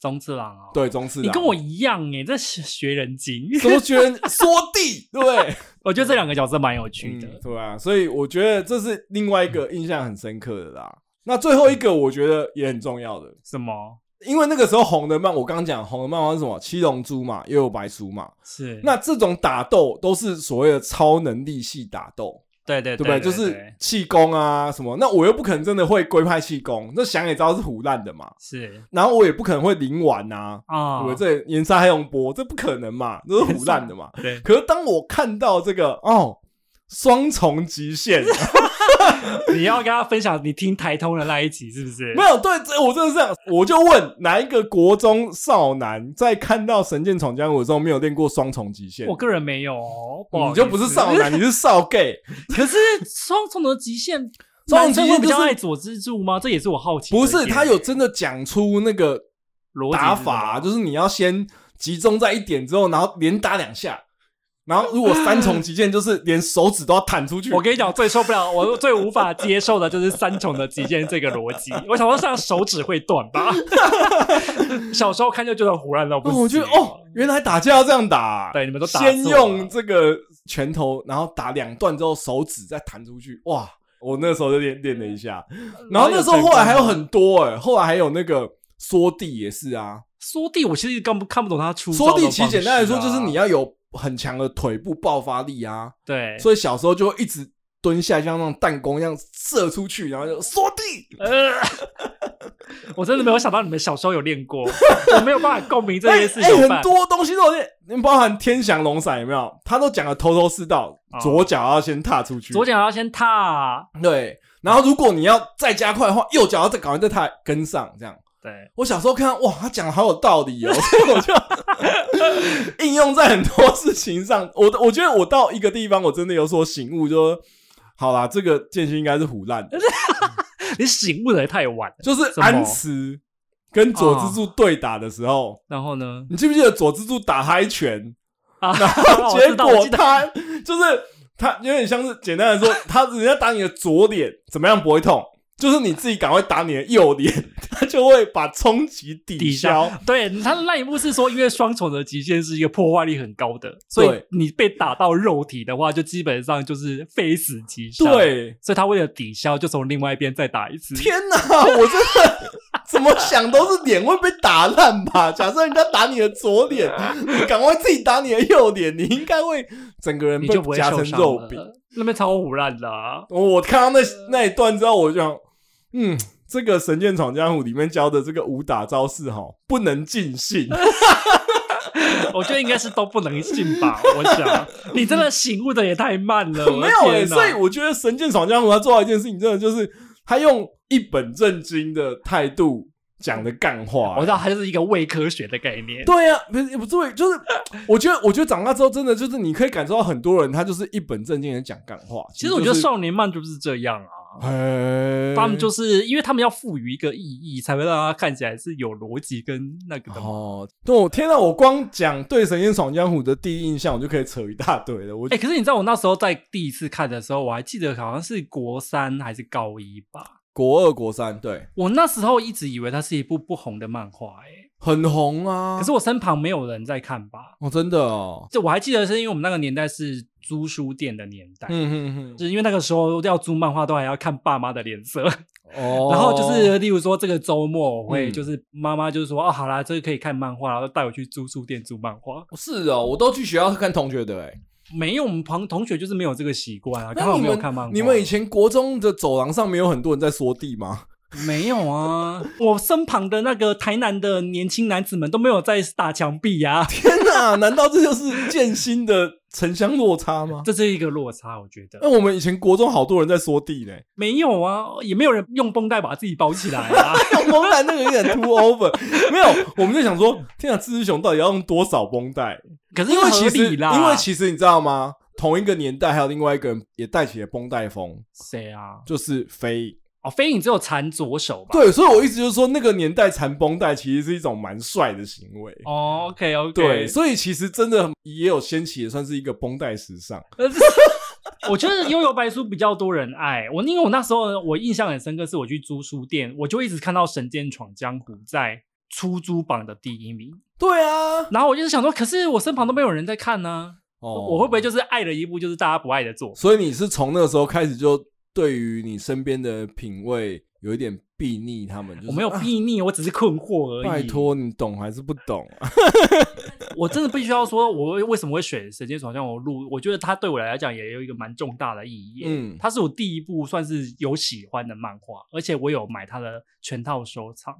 S1: 中次郎啊、哦，，
S2: 对中次郎，
S1: 你跟我一样哎、这是学人精，
S2: 什么学说地，对不对？
S1: 我觉得这两个角色蛮有趣的，
S2: 嗯对啊，所以我觉得这是另外一个印象很深刻的啦。那最后一个我觉得也很重要的，
S1: 什么
S2: 因为那个时候红的漫，我刚刚讲红的漫画是什么？七龙珠嘛，又有白书嘛。
S1: 是
S2: 那这种打斗都是所谓的超能力系打斗，
S1: 对对
S2: 对不
S1: 对
S2: 哎对？就是气功啊什么。那我又不可能真的会龟派气功，那想也知道是胡乱的嘛。
S1: 是
S2: 然后我也不可能会灵丸啊，
S1: 啊，
S2: 我这岩沙黑龙波，这不可能嘛，都是胡乱的嘛。
S1: 对，
S2: 可是当我看到这个哦，双重极 限，
S1: 你要跟他分享你听台通的那一集是不是
S2: 没？有对，这我真的是这样，我就问哪一个国中少男在看到《神剑闯江湖》的时候没有练过双重极限
S1: 我？个人没有哦，好
S2: 你就不
S1: 意
S2: 是
S1: 思
S2: 少。男，你是少 gay，
S1: 可是双重的极限，
S2: 双重极限
S1: 男生会比
S2: 就
S1: 较
S2: 是
S1: 爱佐之助吗？这也是我好奇的一
S2: 不
S1: 点。
S2: 是他有真的讲出那个
S1: 逻辑
S2: 打啊
S1: 是什么
S2: 法，就是你要先集中在一点之后，然后连打两下，然后如果三重极限就是连手指都要弹出去，
S1: 我跟你讲，我最受不了，我最无法接受的就是三重的极限这个逻辑。我想说，上手指会断吧？ 小时候看就觉得胡乱到不
S2: 哦
S1: 行。
S2: 我觉得哦，，原来打架要这样打啊、
S1: 对你们都打错了
S2: 先用这个拳头，然后打两段之后，手指再弹出去，哇！我那时候就练练了一下，
S1: 嗯
S2: 然后那时候后来还有很多哎、后来还有那个缩地也是啊，
S1: 缩地，我其实根本看不懂他出招的
S2: 缩
S1: 方式啊。
S2: 地其实简单来说就是你要有很强的腿部爆发力啊，
S1: 对，
S2: 所以小时候就会一直蹲下，像那种弹弓一样射出去，然后就缩地。
S1: 呃， 我真的没有想到你们小时候有练过， 我没有办法共鸣这件事
S2: 哎哎
S1: 情。
S2: 很多东西都有练，包含天翔龙伞有没有？他都讲的头头是道，
S1: 哦
S2: 左脚要先踏出去，
S1: 左脚要先踏，
S2: 对，然后如果你要再加快的话，右脚要再赶快再踏跟上，这样。
S1: 对，
S2: 我小时候看到哇，他讲的好有道理 哦，所以我就应用在很多事情上。我我觉得我到一个地方，我真的有所醒悟，就说好啦，这个剑心应该是胡烂的，
S1: 你醒悟的也太晚了。
S2: 就是
S1: 什么
S2: 安慈跟佐之助对打的时候，
S1: 然后呢？
S2: 你记不记得佐之助打他一拳，
S1: 啊，我
S2: 结
S1: 知道我
S2: 果
S1: 记得
S2: 他就是他有点像是简 单来说，他人家打你的左脸怎么样不会痛，就是你自己赶快打你的右脸， 他就会把冲击抵
S1: 抵
S2: 消
S1: 消。。对，他的那一幕是说，因为双重的极限是一个破坏力很高的，所以
S2: 对
S1: 你被打到肉体的话，就基本上就是非死即伤。，
S2: 对，
S1: 所以他为了抵消，就从另外一边再打一次。
S2: 天哪，我真的怎么想都是脸会被打烂吧？ 假设人家打你的左脸，你赶快自己打你的右脸，你应该会整个人
S1: 你
S2: 被
S1: 就不会
S2: 夹
S1: 受
S2: 成
S1: 伤
S2: 肉
S1: 了
S2: 饼。。
S1: 那边超胡乱的、啊，
S2: 哦我看到那那一段之后，我就想，嗯，这个《神剑闯江湖》里面教的这个武打招式哈，不能尽信。
S1: 我觉得应该是都不能信 吧。我想，你真的醒悟的也太慢了。我的
S2: 没有哎、
S1: 天哪
S2: 所以我觉得《神剑闯江湖》他做到一件事情，真的就是他用一本正经的态度讲的干话、
S1: 我知道它就是一个伪科学的概念。
S2: 对呀、不是也不对，就是 我觉得，我觉得长大之后，真的就是你可以感受到很多人他就是一本正经的讲干话。
S1: 其实我觉得
S2: 就是，
S1: 少年漫就是这样啊。
S2: 哎
S1: 他们就是因为他们要赋予一个意义，才会让它看起来是有逻辑跟那个的嘛。
S2: 哦，对，我天哪！我光讲对《神剑闯江湖》的第一印象，我就可以扯一大堆了。我
S1: 哎、可是你知道我那时候在第一次看的时候，我还记得好像是国三还是高一吧。
S2: 国二、国三，对，
S1: 我那时候一直以为它是一部不红的漫画、欸，
S2: 很红啊。
S1: 可是我身旁没有人在看吧？
S2: 哦，真的哦，
S1: 这我还记得是因为我们那个年代是租书店的年代，
S2: 嗯嗯
S1: 就是因为那个时候要租漫画都还要看爸妈的脸色，
S2: 嗯，哦，
S1: 然后就是例如说这个周末我会
S2: 嗯
S1: 就是妈妈就是说、哦好啦，这个可以看漫画，然后带我去租书店租漫画。
S2: 是哦，我都去学校看同学的哎、
S1: 没有，我们旁同学就是没有这个习惯啊，
S2: 那
S1: 刚好
S2: 你
S1: 没有
S2: 们
S1: 看漫画。啊
S2: 你们以前国中的走廊上没有很多人在缩地吗？
S1: 没有啊？我身旁的那个台南的年轻男子们都没有在打墙壁呀、啊，
S2: 天哪，难道这就是建新的城乡落 差吗？
S1: 这是一个落差，我觉得
S2: 那我们以前国中好多人在缩地呢、
S1: 没有啊，也没有人用绷带把自己包起来啊。
S2: 用绷带那个有点 too over，没有，我们就想说，天哪，志志熊到底要用多少绷带？
S1: 可是
S2: 因为其
S1: 合
S2: 实，
S1: 理啦，
S2: 因为其实你知道吗？同一个年代还有另外一个人也带起了绷带风，
S1: 谁啊？
S2: 就是飞
S1: 哦，飞影只有缠左手吧？
S2: 对，所以我一直就是说，那个年代缠绷带其实是一种蛮帅的行为。
S1: 哦，OK OK，
S2: 对，所以其实真的也有掀起，也算是一个绷带时尚。
S1: 我觉得悠悠白书比较多人爱我，因为我那时候我印象很深刻，是我去租书店，我就一直看到《神剑闯江湖》在出租榜的第一名，
S2: 对啊，
S1: 然后我就是想说，可是我身旁都没有人在看呢、
S2: 哦
S1: 我会不会？就是爱了一部就是大家不爱的作品？
S2: 所以你是从那个时候开始就对于你身边的品味有一点避逆，他们就是
S1: 我没有
S2: 啊
S1: 避逆，我只是困惑而已。
S2: 拜，托，你懂还是不懂啊？
S1: 我真的必须要说，我为为什么会选《神剑闯江湖》录？我觉得它对我来讲也有一个蛮重大的意义。
S2: 嗯
S1: 它是我第一部算是有喜欢的漫画，而且我有买它的全套收藏。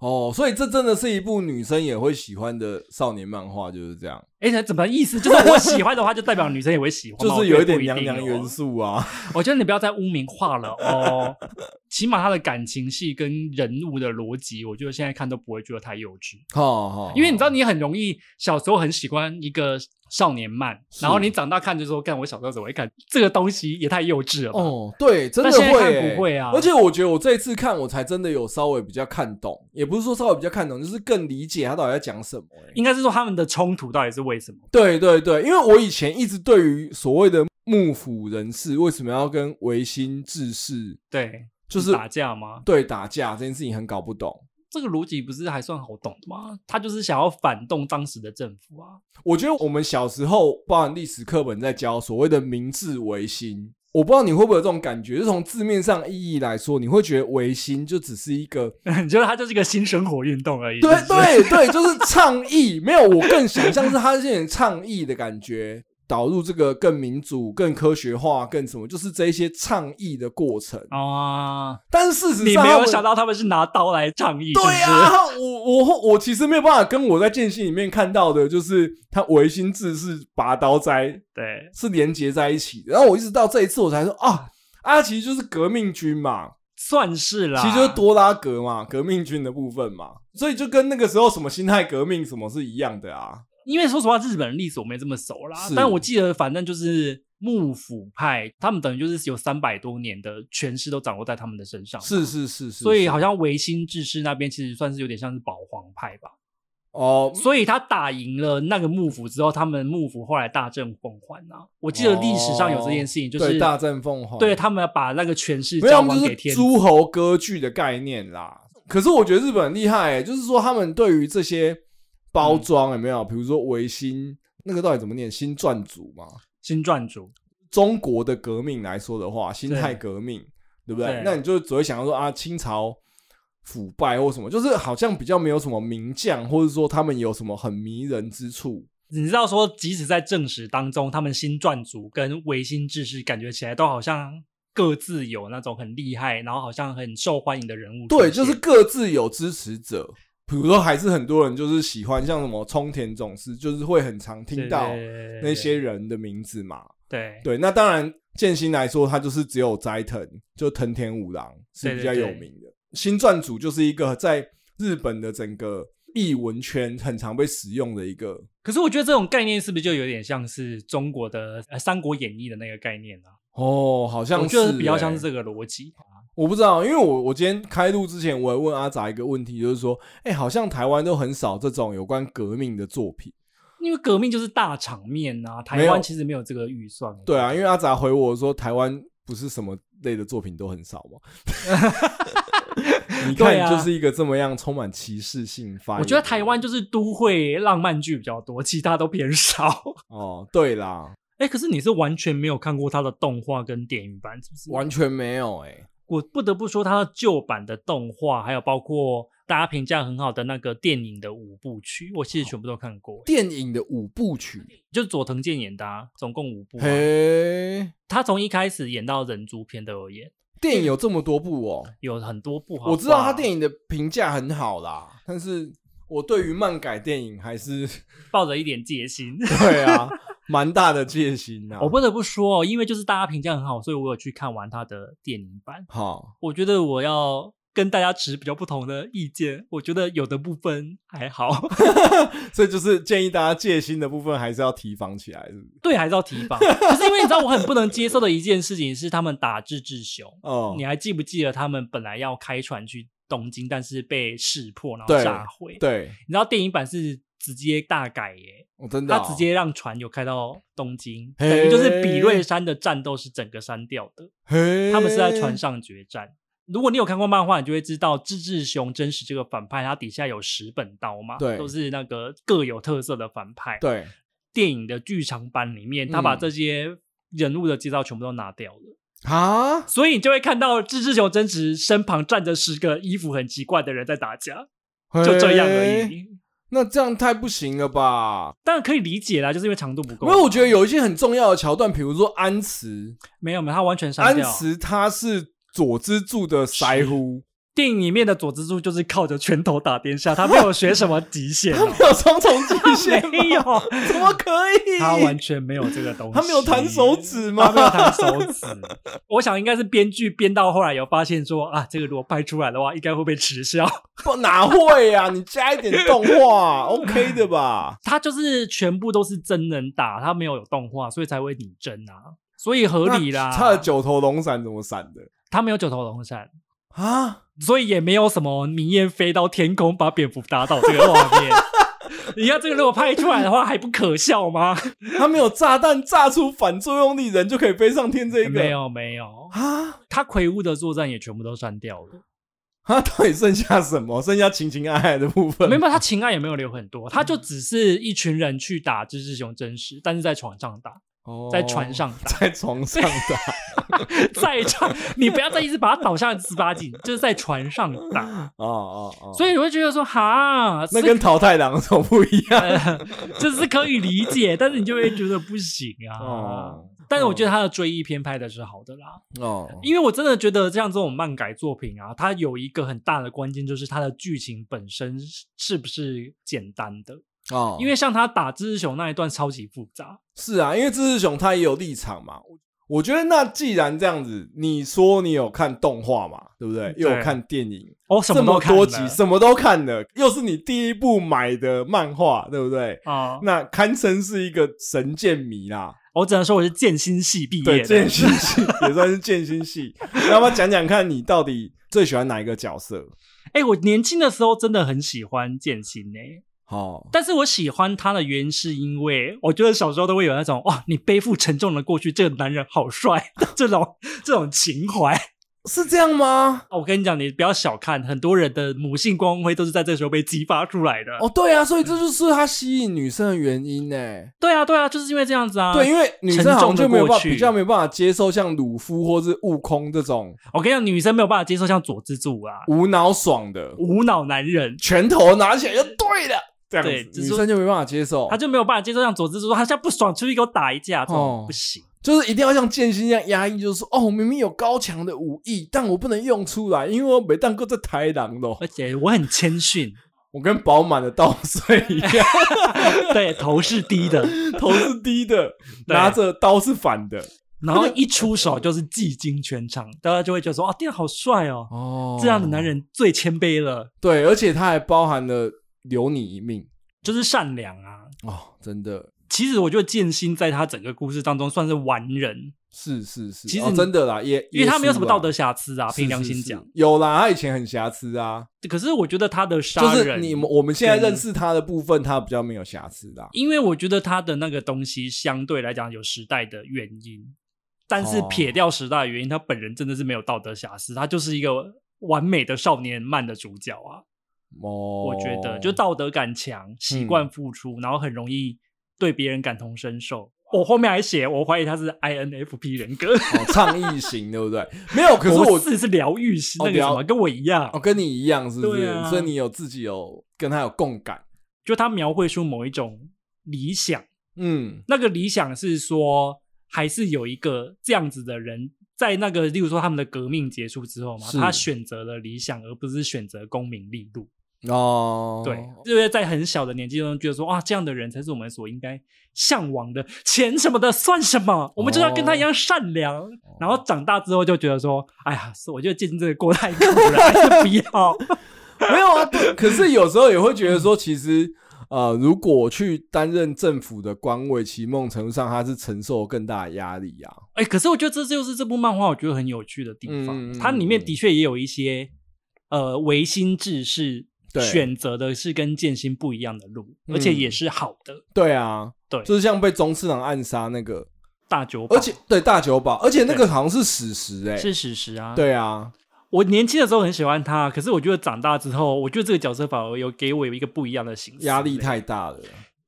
S2: 哦，所以这真的是一部女生也会喜欢的少年漫画，就是这样，
S1: 哎、怎么意思？就是我喜欢的话，就代表女生也会喜欢吗，
S2: 就是有
S1: 一哦
S2: 一点娘娘元
S1: 元素。
S2: 素啊。
S1: 我觉得你不要再污名化了哦， 起码他的感情戏跟人物的逻辑，我觉得现在看都不会觉得太幼稚。
S2: 哈哈，
S1: 因为你知道，你很容易小时候很喜欢一个少年漫，
S2: 是
S1: 然后你长大看就说，干我小时候怎么会看这个东西，也太幼稚了吧。
S2: 哦，对，真的
S1: 但现在
S2: 会、
S1: 看
S2: 欸，
S1: 不会啊
S2: 而且我觉得我这一次看，我才真的有稍微比较看懂，也不是说稍微比较看懂，就是更理解他到底在讲什么、欸。
S1: 应该是说他们的冲突到底是为什么？
S2: 对对对，因为我以前一直对于所谓的幕府人士为什么要跟维新志士
S1: 对，
S2: 就是
S1: 打架吗？
S2: 对打架这件事情很搞不懂。
S1: 这个逻辑不是还算好懂的吗？他就是想要反动当时的政府啊。
S2: 我觉得我们小时候，包含历史课本在教所谓的明治维新，我不知道你会不会有这种感觉，就从字面上意义来说，你会觉得维新就只是一个
S1: 你觉得他就是一个新生活运动而已？
S2: 对
S1: 是不是，
S2: 对对，就是倡议。没有，我更想象是他这点倡议的感觉，导入这个更民主、更科学化、更什么，就是这一些倡议的过程。
S1: 啊，
S2: 但是事实
S1: 你
S2: 上
S1: 没
S2: 他们，
S1: 有想到他们是拿刀来倡议，
S2: 对
S1: 呀、
S2: 啊，我我我其实没有办法跟我在剑心里面看到的，就是他维新志士拔刀斋
S1: 对，
S2: 是连结在一起的。然后我一直到这一次，我才说啊。啊，其实就是革命军嘛，
S1: 算是啊啦。
S2: 其实就是多拉格嘛，革命军的部分嘛，所以就跟那个时候什么辛亥革命什么是一样的啊。
S1: 因为说实话，日本的历史我没这么熟啦
S2: 是，
S1: 但我记得反正就是幕府派，他们等于就是有三百多年的权势都掌握在他们的身上，
S2: 是是是是，
S1: 所以好
S2: 像
S1: 像维新志士那边其实算是有点像是保皇派吧。
S2: 哦，
S1: 所以他打赢了那个幕府之后，他们幕府后来大政奉还啊。我记得历史上有这件事情，就
S2: 哦对
S1: 是
S2: 大战凤凰，
S1: 对他们把那个权势
S2: 没有，
S1: 交
S2: 他们
S1: 还
S2: 就
S1: 给
S2: 是
S1: 天
S2: 诸侯割据的概念啦。可是我觉得日本很厉害、欸，就是说他们对于这些包装有没有，比如说维新那个到底怎么念新撰组嘛？
S1: 新撰主。
S2: 中国的革命来说的话，辛亥革命，对不对
S1: 对？
S2: 那你就只会想到说啊，清朝腐败或什么，就是好像比较没有什么名将，或者说他们有什么很迷人之处。
S1: 你知道说，即使在正史当中，他们新撰组跟维新志士感觉起来都好像各自有那种很厉害，然后好像很受欢迎的人物出现。
S2: 对，就是各自有支持者。比如说，还是很多人就是喜欢像什么冲田总司，就是会很常
S1: 对
S2: 听到
S1: 对对对
S2: 那些人的名字嘛。
S1: 对
S2: 对，那当然，剑心来说，他就是只有斋藤，就藤田五郎是比较有名的。新撰组就是一个在日本的整个译文圈很常被使用的一个。
S1: 可是我觉得这种概念是不是就有点像是中国的呃《三国演义》的那个概念啊？
S2: 哦，好像
S1: 我
S2: 是、
S1: 觉得比较像是
S2: 欸
S1: 这个逻辑。
S2: 我不知道，因为我我今天开录之前，我也问阿杂一个问题，就是说，哎、好像台湾都很少这种有关革命的作品。
S1: 因为革命就是大场面啊，
S2: 没
S1: 台
S2: 有
S1: 湾其实没有这个预算。
S2: 对啊，因为阿杂回我说，台湾不是什么类的作品都很少 嘛。你看，
S1: 对
S2: 你
S1: 啊
S2: 就是一个这么样充满歧视性发言。
S1: 我觉得台湾就是都会浪漫剧比较多，其他都偏少。
S2: 哦，对啦，
S1: 哎、可是你是完全没有看过他的动画跟电影版，是不是？
S2: 完全没有哎、
S1: 我不得不说，他的旧版的动画，还有包括大家评价很好的那个电影的五部曲，我其实全部都看过，
S2: 电影的五部曲，
S1: 就是佐藤健演的、啊，总共五部、啊。
S2: 嘿，
S1: 他从一开始演到人猪篇都有演，
S2: 电影有这么多部哦、
S1: 有很多部好不好。
S2: 我知道他电影的评价很好啦，但是我对于漫改电影还 是
S1: 抱着一点戒心。
S2: 对啊，蛮大的戒心啊。
S1: 我不得不说哦，因为就是大家评价很好，所以我有去看完他的电影版。
S2: 好，
S1: 我觉得我要跟大家持比较不同的意见，我觉得有的部分还好，
S2: 所以就是建议大家戒心的部分还是要提防起来，是不是？
S1: 对还是要提防。 可是因为你知道，我很不能接受的一件事情是他们打制志雄。
S2: 哦，
S1: 你还记不记得他们本来要开船去东京，但是被识破然后
S2: 对
S1: 炸毁？
S2: 对，
S1: 你知道电影版是直接大改耶、
S2: 我真的、
S1: 他
S2: 哦、
S1: 直接让船有开到东京，
S2: 嘿
S1: 等于就是比瑞山的战斗是整个删掉的。
S2: 嘿，
S1: 他们是在船上决战。如果你有看过漫画，你就会知道志志雄真实这个反派，他底下有十本刀嘛，
S2: 对
S1: 都是那个各有特色的反派。，
S2: 对，
S1: 电影的剧场版里面，他把
S2: 嗯
S1: 这些人物的介绍全部都拿掉了，
S2: 啊，
S1: 所以你就会看到志志雄真实身旁站着十个衣服很奇怪的人在打架，就这样而
S2: 嘿。
S1: 已。
S2: 那这样太不行了吧？
S1: 当然可以理解啦，就是因为长度不够
S2: 因为。我觉得有一些很重要的桥段，比如说安慈，
S1: 没有没有，他完全删
S2: 安
S1: 掉。
S2: 慈他是佐之助的腮乎，
S1: 电影里面的佐之助就是靠着拳头打天下，他没有学什么极限
S2: 他
S1: 哦、
S2: 没有双重极限吗，
S1: 没有，
S2: 怎么可 以？
S1: 他完全没有这个东西。
S2: 他没有弹手指吗
S1: 他没有弹手指。我想应该是编剧编到后来有发现说啊，这个如果拍出来的话，应该会被耻笑。
S2: 不哪会啊？你加一点动 画，OK 的吧？
S1: 他就是全部都是真人打，他没有有动画，所以才会拟真啊，所以合理啦。
S2: 他的九头龙闪怎么闪的
S1: 他没有九头龙闪，
S2: 啊？
S1: 所以也没有什么明艳飞到天空把蝙蝠打倒这个画 面。 你看这个如果拍出来的话，还不可笑 吗？
S2: 他没有炸弹炸出反作用力，人就可以飞上天这一个？
S1: 没有没有，
S2: 啊
S1: 他魁梧的作战也全部都删掉了。
S2: 啊！到底剩下什么？剩下情情爱爱的部分。
S1: 没有，他情爱也没有留很多，他
S2: 嗯
S1: 就只是一群人去打芝士熊真实，但是在床上打，
S2: 哦
S1: 在船上打，
S2: 在床上打，
S1: 在床， 你不要再一直把他导向十八禁，就是在船上打，
S2: 哦哦哦，
S1: 所以你会觉得说，哈，
S2: 那
S1: 是
S2: 跟桃太郎有什么不一样？
S1: 呃 这是可以理解，但是你就会觉得不行啊。
S2: 哦
S1: 但是我觉得他的追忆片拍的是好的啦，
S2: 哦，
S1: 因为我真的觉得像这种漫改作品啊，它有一个很大的关键就是它的剧情本身是是不是简单的，
S2: 哦
S1: 因为像他打芝士熊那一段超级复杂，
S2: 是啊，因为志志熊他也有立场嘛。我觉得那既然这样子，你说你有看动画嘛，对不对？又有看电影，
S1: 哦，嗯什
S2: 这
S1: 么都
S2: 么
S1: 看
S2: 多
S1: 了
S2: 集，什么都看了，又是你第一部买的漫画，对不对？
S1: 啊、
S2: 那堪称是一个神剑迷啦，
S1: 我只能说我是剑心系毕
S2: 对
S1: 业的
S2: 剑。心系也算是剑心系。那么讲讲看你到底最喜欢哪一个角色？
S1: 哎、我年轻的时候真的很喜欢剑心呢、
S2: 哦，
S1: 但是我喜欢他的原因是因为我觉得小时候都会有那种哇，你背负沉重的过去，这个男人好帅 这种这种情怀。
S2: 是这样吗？
S1: 我跟你讲，你不要小看很多人的母性光辉都是在这时候被激发出来的。
S2: 哦，对啊，所以这就是他吸引女生的原因呢。
S1: 对啊，对啊，就是因为这样子啊。
S2: 对，因为女生好像就没
S1: 沉重的
S2: 有办
S1: 过
S2: 法，
S1: 去
S2: 比较没有办法接受像鲁夫或是悟空这种
S1: 我跟你讲，女生没有办法接受像佐之助啊，
S2: 无脑爽的，
S1: 无脑男人，
S2: 拳头拿起来就对了，这样
S1: 对
S2: 子
S1: 就是
S2: 女
S1: 说
S2: 生就没办法接受
S1: 他，就没有办法接受像佐之助，他现在不爽，出去给我打一架，这种
S2: 哦
S1: 不行。
S2: 就是一定要像剑心一样压抑，就是说哦，我明明有高强的武艺，但我不能用出来，因为我没当过在台狼咯
S1: 而，且我很谦逊，
S2: 我跟饱满的稻穗一样，
S1: 对，头是低的，
S2: 头是低的，
S1: 对
S2: 拿着刀是反的，
S1: 然后一出手就是技惊全场，大家就会觉得说，哦，店好帅哦，
S2: 哦
S1: 这样的男人最谦卑了，
S2: 对，而且他还包含了留你一命
S1: 就是善良啊。
S2: 哦，真的。
S1: 其实我觉得剑心在他整个故事当中算是完人，
S2: 是是是，
S1: 其实
S2: 哦
S1: 你
S2: 真的啦，也
S1: 因为他没有什么道
S2: 德。
S1: 德瑕疵啊，
S2: 是
S1: 凭良
S2: 是
S1: 心
S2: 是
S1: 讲。
S2: 有啦，他以前很瑕疵啊，
S1: 可是我觉得他的
S2: 就
S1: 杀人，
S2: 是你们我们现在认识他的部分，他比较没有瑕疵啦。
S1: 因为我觉得他的那个东西相对来讲有时代的原因，但是
S2: 哦
S1: 撇掉时代的原因，他本人真的是没有道德瑕疵，他就是一个完美的少年漫的主角啊。
S2: 哦，嗯
S1: 我觉得就道德感强，习惯付出，然后很容易对别人感同身受。我后面还写，我怀疑他是 INFP 人格，
S2: 哦倡议型，对不对？没有，可是我
S1: 是是疗愈系
S2: 哦
S1: 那个什么，
S2: 疗
S1: 跟我一样
S2: 哦，，跟你一样，是不是
S1: 对？啊
S2: 所以你有自己有跟他有共感，
S1: 就他描绘出某一种理想，
S2: 嗯，
S1: 那个理想是说，还是有一个这样子的人。在那个，例如说他们的革命结束之后嘛，
S2: 是
S1: 他选择了理想，而不是选择功名利禄。
S2: 哦，
S1: 对，就是在很小的年纪中觉得说，哇，这样的人才是我们所应该向往的，钱什么的算什么？我们就要
S2: 哦
S1: 跟他一样善良。然后长大之后就觉得说，哎呀，是我觉得进这个过太苦了，还是不要。
S2: 没有啊。对可是有时候也会觉得说，其实。呃，如果去担任政府的官位，其某种程度上他是承受更大的压力啊呀、
S1: 哎，可是我觉得这就是这部漫画我觉得很有趣的地方，
S2: 嗯嗯
S1: 它里面的确也有一些呃唯心志士
S2: 对嗯
S1: 选择的是跟剑心不一样的路，而且也是好的。
S2: 对啊，
S1: 对
S2: 就是像被中次郎暗杀那个，
S1: 大久保，
S2: 而且对大久保，而且那个好像是史实哎、
S1: 是史实啊。
S2: 对啊，
S1: 我年轻的时候很喜欢他，可是我觉得长大之后，我觉得这个角色反而有给我有一个不一样的形式。
S2: 压力太大了。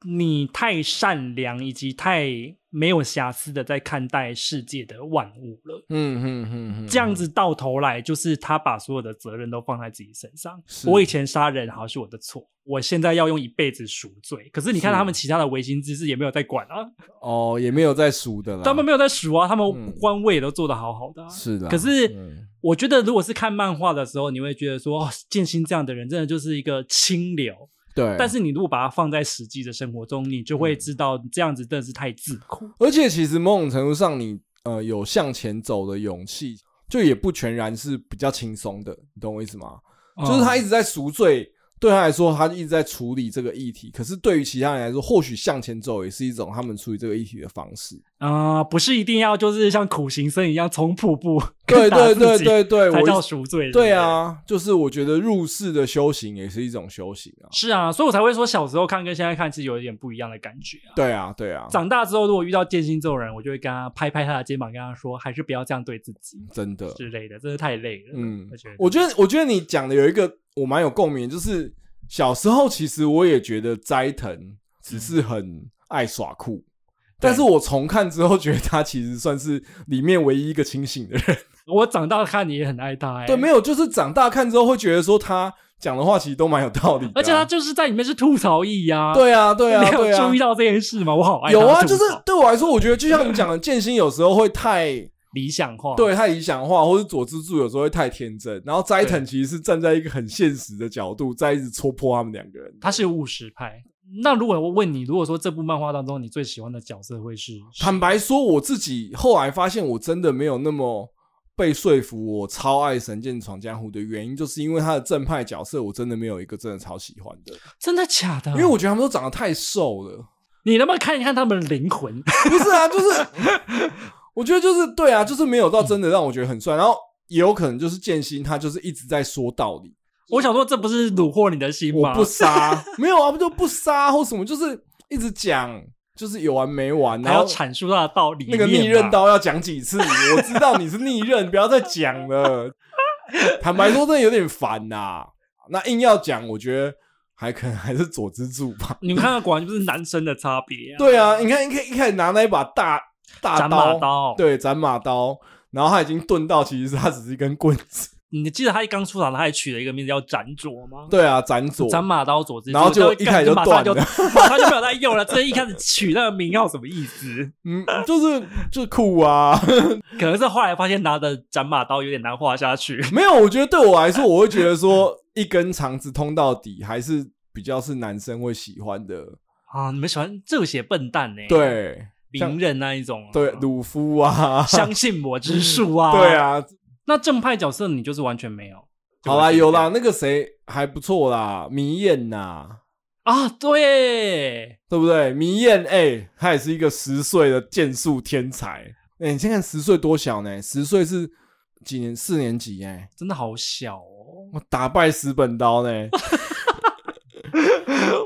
S1: 你太善良以及太没有瑕疵的在看待世界的万物了。
S2: 嗯嗯嗯嗯，
S1: 这样子到头来，就是他把所有的责任都放在自己身上。
S2: 是
S1: 我以前杀人好像是我的错，我现在要用一辈子赎罪。可是你看
S2: 是
S1: 他们其他的维新之士也没有在管啊，
S2: 哦，也没有在数的啦。
S1: 他们没有在数啊，他
S2: 嗯
S1: 们官位也都做得好好的、啊。
S2: 是啦，
S1: 可是
S2: 嗯
S1: 我觉得，如果是看漫画的时候，你会觉得说，哦，剑心这样的人真的就是一个清流。
S2: 对，嗯
S1: 但是你如果把它放在实际的生活中，你就会知道这样子真的是太自苦。
S2: 而且其实某种程度上你，呃有向前走的勇气，就也不全然是比较轻松的，你懂我意思吗？就是他一
S1: 嗯
S2: 直在赎罪，对他来说，他一直在处理这个议题。可是对于其他人来说，或许向前走也是一种他们处理这个议题的方式。
S1: 啊、不是一定要就是像苦行僧一样从瀑布
S2: 对
S1: 打
S2: 对
S1: 自
S2: 对
S1: 己
S2: 对对，
S1: 才
S2: 我
S1: 叫欸
S2: 一
S1: 赎罪。
S2: 对
S1: 不
S2: 啊，就是我觉得入世的修行也是一种修行啊。
S1: 对，是啊，所以我才会说小时候看跟现在看是有一点不一样的感觉啊。
S2: 对啊，对啊，
S1: 长大之后，如果遇到剑心这种人，我就会跟他拍拍他的肩膀，跟他说，还是不要这样对自己
S2: 真的，
S1: 之类的，真的太累了。
S2: 嗯
S1: 我觉得，
S2: 我觉得，我觉得你讲的有一个我蛮有共鸣，就是小时候其实我也觉得斋藤只
S1: 嗯
S2: 是很爱耍酷，但是我重看之后觉得他其实算是里面唯一一个清醒的人。
S1: 我长大看你也很爱他、欸，
S2: 对，没有，就是长大看之后会觉得说他讲的话其实都蛮有道理的啊、
S1: 而且他就是在里面是吐槽役呀、啊。
S2: 对啊，对啊，
S1: 你有
S2: 对啊
S1: 注意，到这件事吗？我好爱
S2: 有
S1: 他
S2: 啊，
S1: 吐
S2: 就是
S1: 槽
S2: 对我来说，我觉得就像你讲的，剑心有时候会太。
S1: 理想化。
S2: 对太理想化，或是佐之助有时候会太天真，然后斋藤其实是站在一个很现实的角度，在一直戳破他们两个人。
S1: 他是务实派。那如果我问你，如果说这部漫画当中你最喜欢的角色会是
S2: 坦白说，我自己后来发现，我真的没有那么被说服。我超爱《神剑闯江湖》的原因，就是因为他的正派角色，我真的没有一个真的超喜欢的，
S1: 真的假的？
S2: 因为我觉得他们都长得太瘦了。
S1: 你能不能看一看他们的灵魂？
S2: 不是啊，就是我觉得就是对啊，就是没有到真的让我觉得很帅。然后也有可能就是剑心，他就是一直在说道理，
S1: 我想说，这不是虏获你的心
S2: 我
S1: 吗？
S2: 不杀，没有啊，不就不杀或什么，就是一直讲，就是有完没完，
S1: 还
S2: 然
S1: 要
S2: 后
S1: 阐述他的道理。
S2: 那个逆刃，刀要讲几次？我知道你是逆刃，不要再讲了。 坦白说，真的有点烦呐、那硬要讲，我觉得还可能还是佐之助吧。
S1: 你们看看，果然就是男生的差别、啊。
S2: 对啊，你看，一开一开始拿那一把大大
S1: 斩马刀。，
S2: 对，斩马刀，然后他已经钝到，其实他只是一根棍子。
S1: 你记得他一刚出场，他还取了一个名字叫斩左吗？
S2: 对啊，斩左，
S1: 斩马刀左之助，
S2: 然后就
S1: 就
S2: 一开始就
S1: 马上就
S2: 断
S1: 马上就没有在用了。这一开始取那个名号什么意思？
S2: 嗯，就是就是酷啊。
S1: 可能是后来发现拿着斩马刀有点难画下去。
S2: 没有，我觉得对我来说，我会觉得说一根肠子通到底，还是比较是男生会喜欢的。
S1: 啊，你们喜欢热血笨蛋呢、，
S2: 对像
S1: 名人那一种、啊，
S2: 对，鲁夫啊，
S1: 相信我之术啊，
S2: 对。啊，
S1: 那正派角色你就是完全没有。
S2: 好啦，有啦，
S1: 对不对
S2: 那个谁还不错啦，迷彦呐，
S1: 啊，对，
S2: 对不对？迷彦，哎、他也是一个十岁的剑术天才。哎、你先看十岁多小呢？十岁是几年？四年级哎、
S1: 真的好小哦。
S2: 我打败石本 刀呢。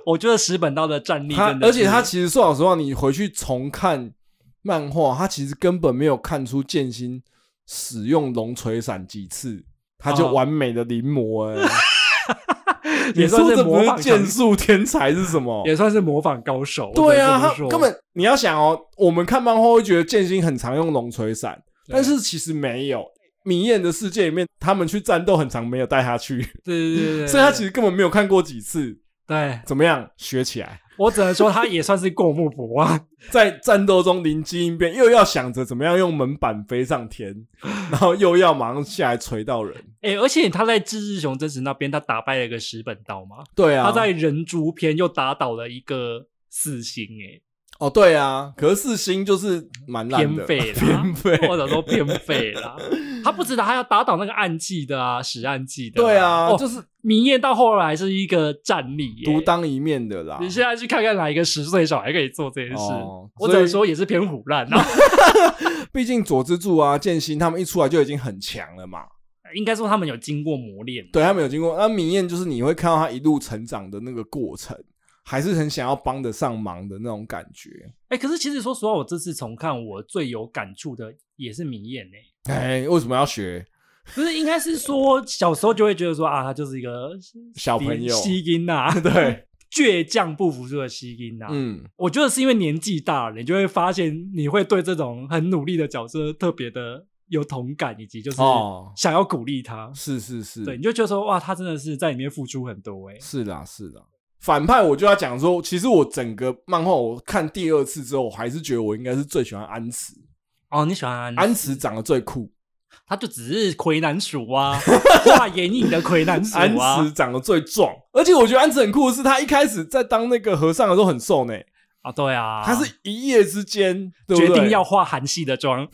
S1: 我觉得石本刀的战力
S2: 他
S1: 真的是，
S2: 而且他其实说老实话，你回去重看漫画，他其实根本没有看出剑心使用龙锤闪几次，他就
S1: 哦
S2: 完美的临摹 哎、
S1: 也
S2: 你
S1: 算
S2: 说
S1: 是
S2: 这不
S1: 模
S2: 是
S1: 仿
S2: 剑
S1: 强
S2: 术天才是什么？
S1: 也算是模仿高手。
S2: 对啊，
S1: 我只能这么
S2: 他
S1: 说
S2: 根本你要想哦，我们看漫画会觉得剑心很常用龙锤闪，但是其实没有。明艳的世界里面，他们去战斗很常没有带他去，
S1: 对对对对对，
S2: 所以他其实根本没有看过几次。
S1: 对
S2: 怎么样，学起来，
S1: 我只能说他也算是过目不忘。
S2: 在战斗中灵机应变，又要想着怎么样用门板飞上 天，然后又要马上下来锤到人。
S1: 哎、而且他在志志雄真实那边，他打败了一个石本刀嘛，
S2: 对啊，
S1: 他在人猪篇又打倒了一个四星、欸，
S2: 哦，对啊，可是四星就是蛮烂的，
S1: 偏废啦
S2: 偏废，
S1: 或者说变废 啦。他不止打，还要打倒那个暗记的啊，使暗记的、
S2: 对啊，
S1: 哦、
S2: 就是
S1: 明艳到后来是一个战力耶、
S2: 独当一面的啦。
S1: 你现在去看看哪一个十岁小孩可以做这件事，
S2: 哦
S1: 我只能
S2: 所
S1: 说也是偏虎烂啊。
S2: 毕竟佐之助啊、剑心他们一出来就已经很强了嘛。
S1: 应该说他们有经过磨练，
S2: 对他们有经过，那明艳就是你会看到他一路成长的那个过程，还是很想要帮得上忙的那种感觉。
S1: 哎、可是其实说实话，我这次重看我最有感触的也是明艳呢、
S2: 哎，为什么要学
S1: 不是应该是说小时候就会觉得说啊，他就是一个
S2: 小朋友？
S1: 吸音呐，啊
S2: 对，
S1: 倔强不服输的吸音啊。
S2: 嗯，
S1: 我觉得是因为年纪大了，你就会发现你会对这种很努力的角色特别的有同感，以及就是
S2: 哦嗯
S1: 想要鼓励他。
S2: 是是是，
S1: 对，你就觉得说哇，他真的是在里面付出很多哎、
S2: 是啦，是啦。反派我就要讲说，其实我整个漫画我看第二次之后，我还是觉得我应该是最喜欢安慈，
S1: 哦，你喜欢
S2: 安慈长得最酷，
S1: 他就只是魁南鼠 啊，画眼影的魁南鼠
S2: 安
S1: 啊
S2: 慈，长得最壮，而且我觉得安慈很酷的是，他一开始在当那个和尚的时候很瘦呢，
S1: 啊，对啊，
S2: 他是一夜之间对不
S1: 决
S2: 对
S1: 定要画韩系的妆，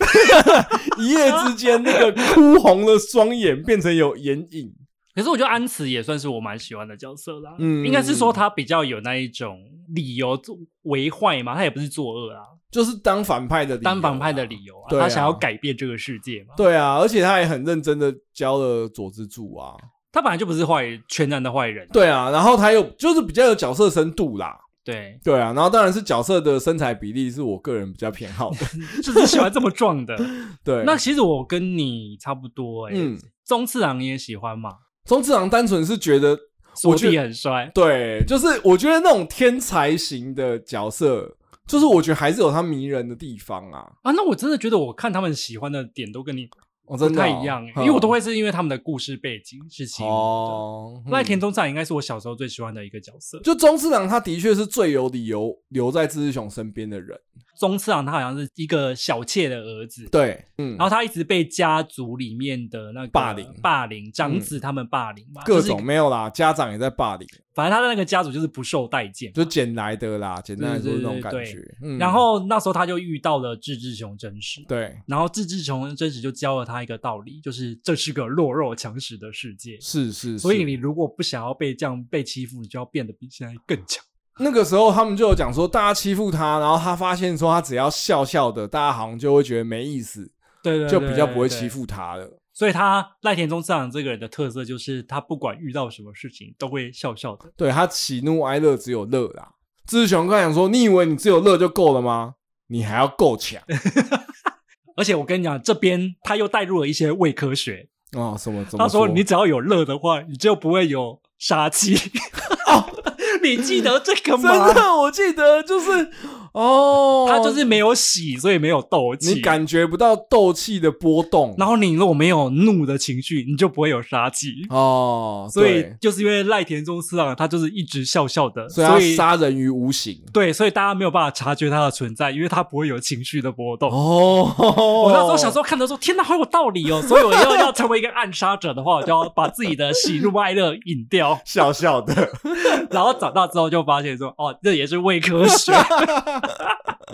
S2: 一夜之间那个哭红了双眼变成有眼影，
S1: 可是我觉得安慈也算是我蛮喜欢的角色啦，
S2: 嗯
S1: 应该是说他比较有那一种理由做为坏嘛，他也不是作恶啊，
S2: 就是当反派的理由
S1: 当反派的理由啊，
S2: 对啊
S1: 他想要改变这个世界嘛，
S2: 对啊，而且他也很认真的教了佐之助啊，
S1: 他本来就不是坏全然的坏人，
S2: 对啊，然后他有就是比较有角色深度啦，
S1: 对，
S2: 对啊，然后当然是角色的身材比例是我个人比较 偏好的，
S1: 就是喜欢这么壮的。
S2: 对。
S1: 那其实我跟你差不多哎、
S2: 嗯，
S1: 中次郎你也喜欢嘛，
S2: 中次郎单纯是觉得，
S1: 索
S2: 我觉
S1: 弟
S2: 得
S1: 很帅，
S2: 对，就是我觉得那种天才型的角色，就是我觉得还是有他迷人的地方啊。
S1: 啊，那我真的觉得我看他们喜欢的点都跟你
S2: 我、哦、
S1: 不
S2: 真的
S1: 太
S2: 哦、
S1: 一样、欸，
S2: 嗯
S1: 因为我都会是因为他们的故事背景是吸引我
S2: 哦，
S1: 的。赖田
S2: 嗯
S1: 中藏应该是我小时候最喜欢的一个角色。
S2: 就中次郎，他的确是最有理由留在志志雄身边的人。
S1: 中次郎他好像是一个小妾的儿子，
S2: 对，嗯，
S1: 然后他一直被家族里面的那个
S2: 霸凌嗯
S1: 霸凌长子他们霸凌嘛，
S2: 各
S1: 就是
S2: 种没有啦，家长也在霸凌，
S1: 反正他的那个家族就是不受待见。
S2: 就捡来的啦，简单来说
S1: 对
S2: 是
S1: 对
S2: 那种
S1: 对
S2: 感
S1: 对
S2: 觉。嗯，
S1: 然后那时候他就遇到了志志雄真实，
S2: 对，
S1: 然后志志雄真实就教了他一个道理，就是这是个弱肉强食的世界，
S2: 是是，
S1: 所以
S2: 是
S1: 你如果不想要被这样被欺负，你就要变得比现在更强。
S2: 那个时候他们就有讲说，大家欺负他，然后他发现说他只要笑笑的，大家好像就会觉得没意思，
S1: 对对，
S2: 就
S1: 对
S2: 比较不会欺。
S1: 对对
S2: 负他了。
S1: 所以他赖田中次郎这个人的特色就是，他不管遇到什么事情都会笑笑的。
S2: 对他喜怒哀乐只有乐啦。志雄刚讲说，你以为你只有乐就够了吗？你还要 够强
S1: 而且我跟你讲，这边他又带入了一些伪科学。
S2: 哦，什么怎么
S1: 他
S2: 说
S1: 说，你只要有乐的话，你就不会有杀 气。哦你记得这个
S2: 真
S1: 吗？
S2: 的，我记得就是哦，
S1: 他就是没有喜，所以没有斗气。
S2: 你感觉不到斗气的波动，
S1: 然后你如果没有怒的情绪，你就不会有杀气。
S2: 哦，
S1: 所以
S2: 对
S1: 就是因为赖田中次郎他就是一直笑笑的，
S2: 所以
S1: 所
S2: 他
S1: 以
S2: 杀人于无形
S1: 对，所以大家没有办法察觉他的存在，因为他不会有情绪的波动。
S2: 哦。
S1: 我
S2: 我
S1: 那时候小时候
S2: 哦
S1: 看的时候，天哪，好有道理 哦！所以我要要成为一个暗杀者的话，我就要把自己的喜怒哀乐隐掉。
S2: 笑笑的，
S1: 然后长大之后就发现说，哦，这也是伪科学。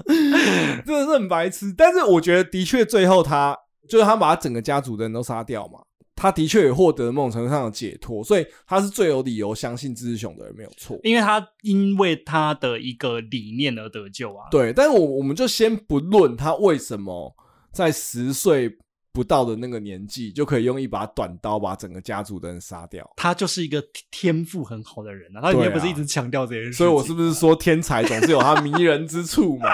S2: 真的是很白痴。但是我觉得，的确最后他就是他把他整个家族的人都杀掉嘛，他的确也获得某种程度上的解脱，所以他是最有理由相信知识熊的人没有错。
S1: 因为他因为他的一个理念而得救啊。
S2: 对，但我我们就先不论他为什么在十岁不到的那个年纪就可以用一把短刀把整个家族的人杀掉，
S1: 他就是一个天赋很好的人啊，他里面
S2: 对啊
S1: 不是一直强调这件事情
S2: 所以我是不是说天才总是有他迷人之处嘛？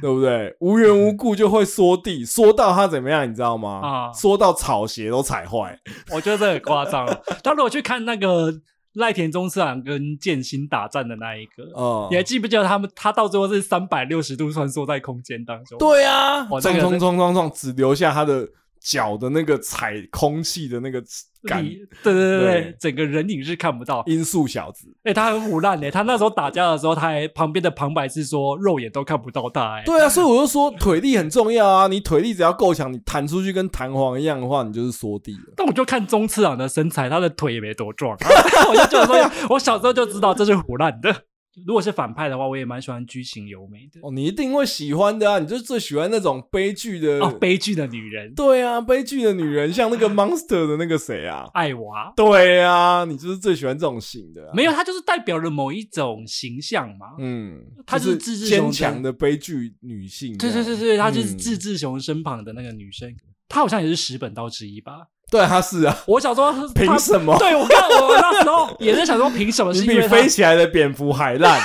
S2: 对不对？无缘无故就会缩地，缩到他怎么样，你知道吗？
S1: 啊
S2: 缩到草鞋都踩坏。
S1: 我觉得这很夸张了。他如果去看那个赖田宗次郎跟剑心打战的那一个，
S2: 哦、
S1: 你还记不记得他们？他到最后是三百六十度穿梭在空间当中。
S2: 对啊，
S1: 哇
S2: 撞
S1: 这个
S2: 撞撞撞撞，只留下他的脚的那个踩空气的那个感
S1: 你对对对对，
S2: 对
S1: 整个人影是看不到。
S2: 音速小子。
S1: 哎、他很腐烂哎、他那时候打架的时候，他还旁边的旁白是说肉眼都看不到他哎、
S2: 对啊，所以我就说腿力很重要啊！你腿力只要够强，你弹出去跟弹簧一样的话，你就是缩地了。
S1: 但我就看中次郎的身材，他的腿也没多壮， 我就觉得说， 我小时候就知道这是腐烂的。如果是反派的话，我也蛮喜欢居行由美的
S2: 哦，你一定会喜欢的啊！你就最喜欢那种悲剧的
S1: 哦，悲剧的女人
S2: 对啊，悲剧的女人像那个 Monster 的那个谁啊？
S1: 艾娃，
S2: 对啊，你就是最喜欢这种型的、啊。
S1: 没有，她就是代表了某一种形象嘛。
S2: 嗯，
S1: 她
S2: 就是
S1: 自制
S2: 坚
S1: 雄
S2: 强
S1: 的
S2: 的悲剧女性这
S1: 对
S2: 样。
S1: 对对对，她就是
S2: 嗯
S1: 志志雄身旁的那个女生，她好像也是石本刀之一吧？
S2: 对，她是啊，
S1: 我小时候她
S2: 凭什么？
S1: 对我看我那时候也在想说，凭什么？
S2: 你
S1: 是因
S2: 比
S1: 为她
S2: 飞起来的蝙蝠还烂。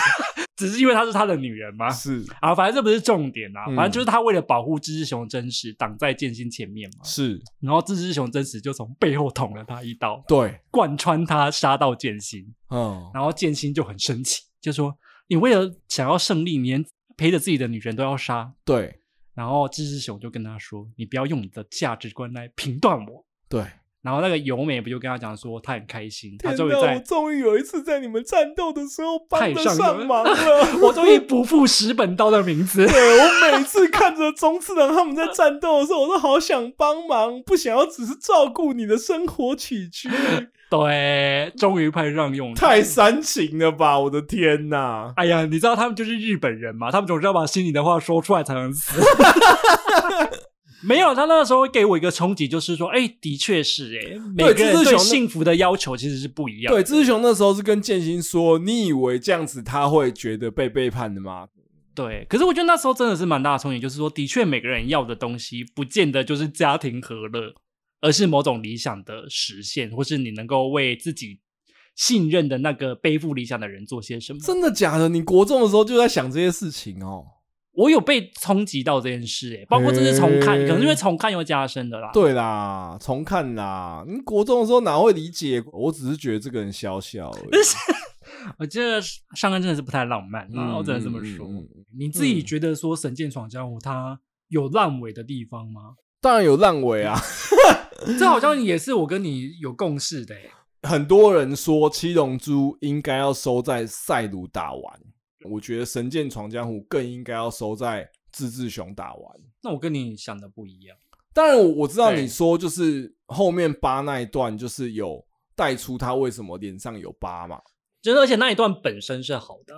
S1: 只是因为她是他的女人吗？
S2: 是
S1: 啊，反正这不是重点啊，
S2: 嗯
S1: 反正就是他为了保护志志雄真实，挡在剑心前面嘛。
S2: 是，
S1: 然后志志雄真实就从背后捅了他一刀，
S2: 对，
S1: 贯穿他杀到剑心，
S2: 嗯，
S1: 然后剑心就很生气，就说：“你为了想要胜利，你连陪着自己的女人都要杀。
S2: 对”
S1: 然后志志雄就跟他说：“你不要用你的价值观来评断我。
S2: 对。”
S1: 然后那个由美不就跟他讲说，她很开心，她
S2: 天
S1: 终于
S2: 哪我
S1: 在，
S2: 终于有一次在你们战斗的时候帮
S1: 太
S2: 得
S1: 上
S2: 上
S1: 了。
S2: 忙了
S1: 我终于不负石本刀的名字。
S2: 对我每次看着中次郎他们在战斗的时候，我都好想帮忙，不想要只是照顾你的生活 起居，
S1: 对，终于派上用场。
S2: 太煽情了吧！我的天哪，
S1: 哎呀，你知道他们就是日本人嘛，他们总是要把心里的话说出来才能死。 没有，他那个时候会给我一个冲击，就是说，哎、的确是、哎，每
S2: 对
S1: 个
S2: 这
S1: 人对
S2: 是熊的
S1: 幸福的要求其实是不一样的。
S2: 对，志雄那时候是跟剑心说：“你以为这样子他会觉得被背叛的吗
S1: 对，可是我觉得那时候真的是蛮大的冲击，就是说，的确每个人要的东西，不见得就是家庭和乐，而是某种理想的实现，或是你能够为自己信任的那个背负理想的人做些什么？”。
S2: 真的假的？你国中的时候就在想这些事情哦。
S1: 我有被冲击到这件事、哎，包括这是重看，
S2: 嘿
S1: 可能因为重看又加深的啦。
S2: 对啦，重看啦，你国中的时候哪会理解？我只是觉得这个人小小而已。
S1: 我觉得呃上岸真的是不太浪漫，
S2: 嗯
S1: 啊，我只能这么说。
S2: 嗯嗯
S1: 你自己
S2: 嗯
S1: 觉得说《神剑闯江湖》它有烂尾的地方吗？
S2: 当然有烂 尾啊，
S1: 这好像也是我跟你有共识的、欸。
S2: 很多人说《七龙珠》应该要收在赛鲁打完，我觉得《神剑闯江湖》更应该要收在志志雄打完。
S1: 那我跟你想的不一样。
S2: 当然，我我知道
S1: 对
S2: 你说就是后面疤那一段，就是有带出他为什么脸上有疤嘛？
S1: 就是而且那一段本身是好的，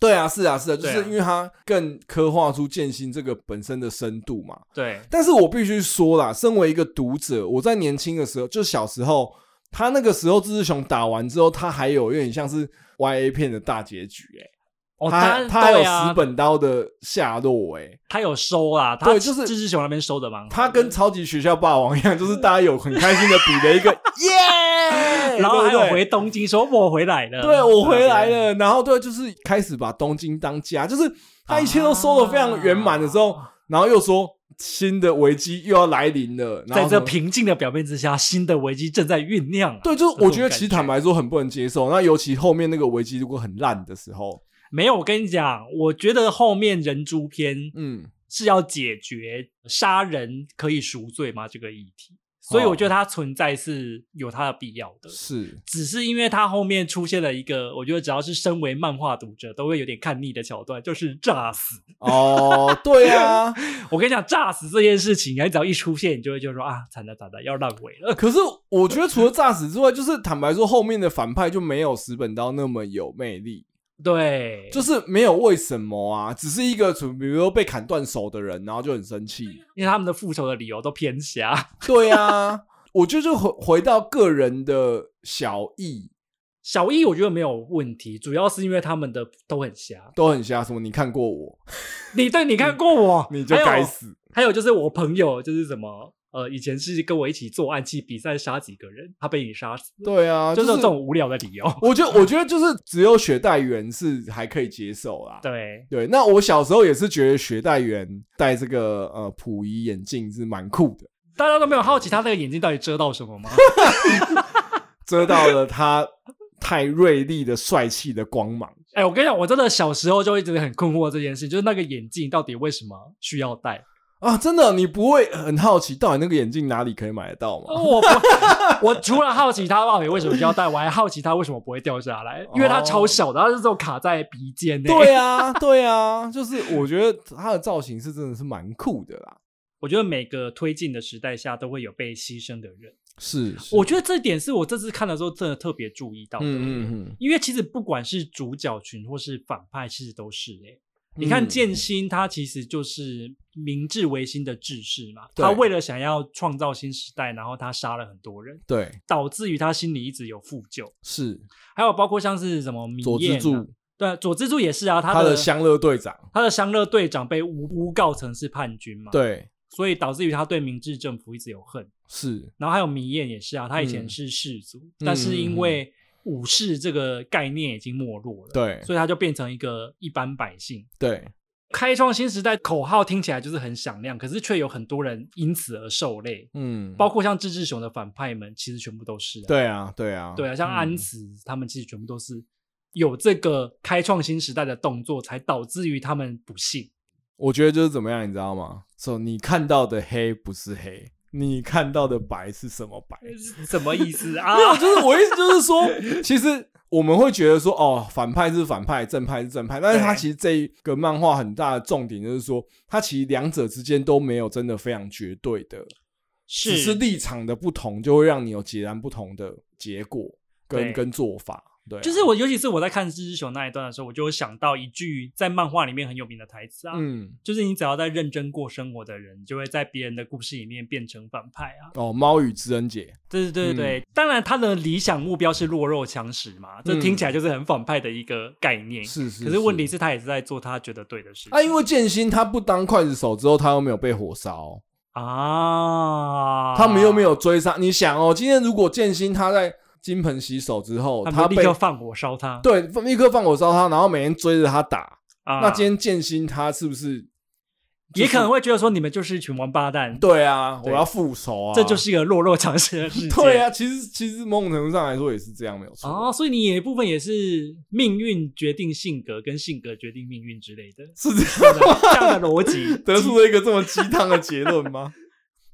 S2: 对啊，是啊，是啊，就
S1: 对啊
S2: 是因为他更刻画出剑心这个本身的深度嘛。
S1: 对
S2: 但是我必须说啦，身为一个读者，我在年轻的时候，就小时候，他那个时候志雄打完之后，他还有有点像是 Y A 片的大结局、欸，
S1: 哦，
S2: 他
S1: 他
S2: 他还有
S1: 对啊
S2: 石本刀的下落、欸，
S1: 他有收啊，他
S2: 对就是
S1: 志志雄那边收的蛮好的
S2: 他跟超级学校霸王一样，就是大家有很开心的比了一 个 耶，
S1: 然后还
S2: 对不
S1: 有
S2: 对
S1: 回嗯啊东京说我回来了，
S2: 对我回来了，然后对，就是开始把东京当家，就是他一切都收的非常圆满的时候，
S1: 啊
S2: 然后又说新的危机又要来临了，然
S1: 在
S2: 后
S1: 这
S2: 什么
S1: 平静的表面之下，新的危机正在酝酿啊。
S2: 对，就是我觉
S1: 这种
S2: 得
S1: 感觉
S2: 其实坦白说很不能接受，那尤其后面那个危机如果很烂的时候，
S1: 没有，我跟你讲，我觉得后面人猪篇
S2: 嗯，
S1: 是要解决杀人可以赎罪吗这个议题，所以我觉得它存在是有它的必要的。
S2: 是
S1: 只是因为它后面出现了一个，我觉得只要是身为漫画读者都会有点看腻的桥段，就是炸死。
S2: 哦，对啊，
S1: 我跟你讲，炸死这件事情，你只要一出现，你就会觉得说啊，惨了惨了，要烂尾了。
S2: 可是我觉得除了炸死之外，就是坦白说后面的反派就没有石本刀那么有魅力。
S1: 对，
S2: 就是没有为什么啊，只是一个比如说被砍断手的人，然后就很生气。
S1: 因为他们的复仇的理由都偏狭，
S2: 对啊，我觉得就回回到个人的小意
S1: 小一我觉得没有问题，主要是因为他们的都很瞎。
S2: 都很瞎，什么你看过我，
S1: 你对你看过我，
S2: 你就该死。
S1: 还有。还有就是我朋友就是什么呃，以前是跟我一起做暗器比赛杀几个人，他被你杀死，
S2: 对啊，
S1: 就是
S2: 是
S1: 这种。无聊的理由。
S2: 我觉得，我觉得就是只有雪代缘是还可以接受啦。
S1: 对，
S2: 对，那我小时候也是觉得雪代缘戴这个呃溥仪眼镜是蛮酷的，
S1: 大家都没有好奇他那个眼睛到底遮到什么 吗？
S2: 遮到了他太锐利的帅气的光芒。
S1: 哎、我跟你讲，我真的小时候就一直很困惑这件事，就是那个眼镜到底为什么需要戴？
S2: 啊，真的，你不会很好奇到底那个眼镜哪里可以买得到吗？
S1: 哦我 不我除了好奇它到底为什么需要戴，我还好奇它为什么不会掉下来，因为它超小的，它是这种卡在鼻尖的、
S2: 哦对啊，对啊，就是我觉得它的造型是真的是蛮酷的啦。
S1: 我觉得每个推进的时代下都会有被牺牲的人，
S2: 是，
S1: 我觉得这点是我这次看的时候真的特别注意到的。欸
S2: 嗯嗯嗯，
S1: 因为其实不管是主角群或是反派，其实都是哎、你看
S2: 嗯
S1: 剑心，他其实就是明治维新的志士嘛，
S2: 对
S1: 他为了想要创造新时代，然后他杀了很多人，
S2: 对，
S1: 导致于他心里一直有负疚。
S2: 是
S1: 还有包括像是什么明
S2: 佐
S1: 彦
S2: 之
S1: 啊
S2: 助，
S1: 对啊，佐之助也是啊，
S2: 他
S1: 的
S2: 的啊香乐队长，
S1: 他的香乐队长被诬诬告成是叛军嘛，，
S2: 对，
S1: 所以导致于他对明治政府一直有恨。
S2: 是，嗯
S1: 然后还有明彦也是啊，他以前是士族，但是因为武士这个概念已经没落了，
S2: 对
S1: 所以他就变成一个一般百姓。
S2: 对
S1: 开创新时代口号听起来就是很响亮，可是却有很多人因此而受累，
S2: 嗯，
S1: 包括像志志雄的反派们，其实全部都是、啊。
S2: 对啊对啊
S1: 对啊，像安
S2: 嗯
S1: 慈、他们其实全部都是有这个开创新时代的动作，才导致于他们不幸。
S2: 我觉得就是怎么样，你知道吗？说、so, 你看到的黑不是黑，你看到的白是 什么白？
S1: 什么意思 啊？
S2: 就是我意思就是说，其实我们会觉得说，哦，反派是反派，正派是正派，但是
S1: 对
S2: 它其实这一个漫画很大的重点就是说，它其实两者之间都没有真的非常绝对的，只是立场的不同，就会让你有截然不同的结果跟
S1: 对
S2: 跟做法。对啊、
S1: 就是我，尤其是我在看《蜘蛛熊》那一段的时候，我就有想到一句在漫画里面很有名的台词啊，
S2: 嗯。
S1: 就是你只要在认真过生活的人，就会在别人的故事里面变成反派啊。
S2: 哦，猫与知恩姐，
S1: 对对对对，当然他的理想目标是弱肉强食嘛，这
S2: 嗯
S1: 听起来就是很反派的一个概念。
S2: 是是
S1: 可是问题，是他也是在做他觉得对的事情
S2: 啊，因为剑心他不当刽子手之后，他又没有被火烧，
S1: 啊，
S2: 他们又没有追杀。你想哦，今天如果剑心他在金盆洗手之后，
S1: 他
S2: 他
S1: 们立
S2: 被
S1: 刻放火烧他。
S2: 对立刻放火烧他，然后每天追着他打，
S1: 啊，
S2: 那今天剑心他是不是
S1: 也可能会觉得说你们就是一群王八蛋，
S2: 对啊？我
S1: 对
S2: 要复仇啊！
S1: 这就是一个弱肉强食的世界。
S2: 对啊。其实其实某种程度上来说也是这样，没有错。
S1: 哦，所以你有一部分也是命运决定性格，跟性格决定命运之类的，
S2: 是 这样。
S1: 是不是这样的逻 辑。
S2: 得出了一个这么鸡汤的结论吗？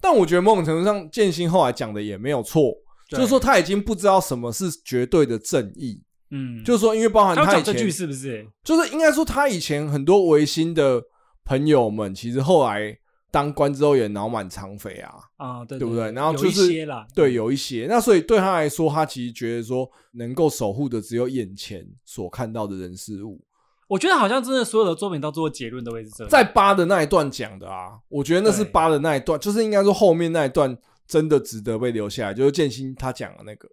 S2: 但我觉得某种程度上，剑心后来讲的也没有错，
S1: 对
S2: 就是说他已经不知道什么是绝对的正义，
S1: 嗯，
S2: 就是说因为包含
S1: 他要
S2: 他以
S1: 讲这句
S2: 前，
S1: 是不是？
S2: 就是应该说他以前很多维新的朋友们，其实后来当官之后也脑满肠肥啊，
S1: 啊，对
S2: 对不
S1: 对
S2: 对？然后
S1: 有
S2: 就
S1: 一
S2: 是
S1: 些啦，嗯
S2: 对，有一些。那所以对他来说，他其实觉得说能够守护的只有眼前所看到的人事物。
S1: 我觉得好像真的所有的作品到最后结论都会是这样。
S2: 在八的那一段讲的啊，我觉得那是
S1: 对
S2: 八的那一段，就是应该说后面那一段真的值得被留下来，就是剑心他讲的那个，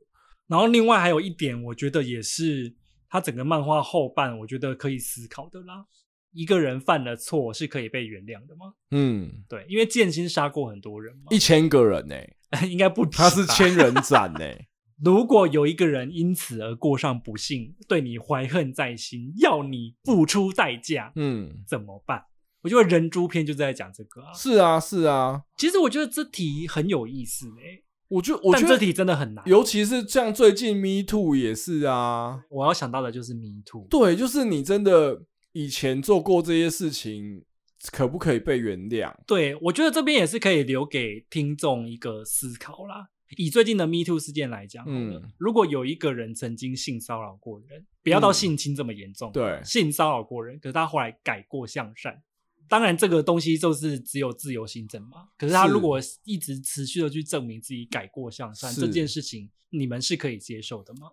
S1: 然后另外还有一点，我觉得也是他整个漫画后半，我觉得可以思考的啦。一个人犯了错是可以被原谅的吗？
S2: 嗯，
S1: 对，因为剑心杀过很多人嘛
S2: 一，千个人呢、
S1: 应该不止
S2: 他是
S1: 吧
S2: 千人斩呢、欸
S1: 如果有一个人因此而过上不幸，对你怀恨在心，要你付出代价，
S2: 嗯，
S1: 怎么办？我觉得《人猪篇》就是在讲这个啊。
S2: 是啊，是啊，
S1: 其实我觉得这题很有意思诶、
S2: 我就我
S1: 但
S2: 觉
S1: 这
S2: 得，
S1: 题真的很难。
S2: 尤其是像最近 Me Too 也是啊，
S1: 我要想到的就是 Me Too。
S2: 对，就是你真的以前做过这些事情，可不可以被原谅？
S1: 对，我觉得这边也是可以留给听众一个思考啦。以最近的 Me Too 事件来讲，
S2: 嗯
S1: 嗯，如果有一个人曾经性骚扰过人，不要到
S2: 嗯
S1: 性侵这么严重，
S2: 对
S1: 性骚扰过人，可是他后来改过向善。当然，这个东西就是只有自由心证嘛。可是他
S2: 是
S1: 如果一直持续的去证明自己改过向善
S2: 是
S1: 这件事情，你们是可以接受的吗？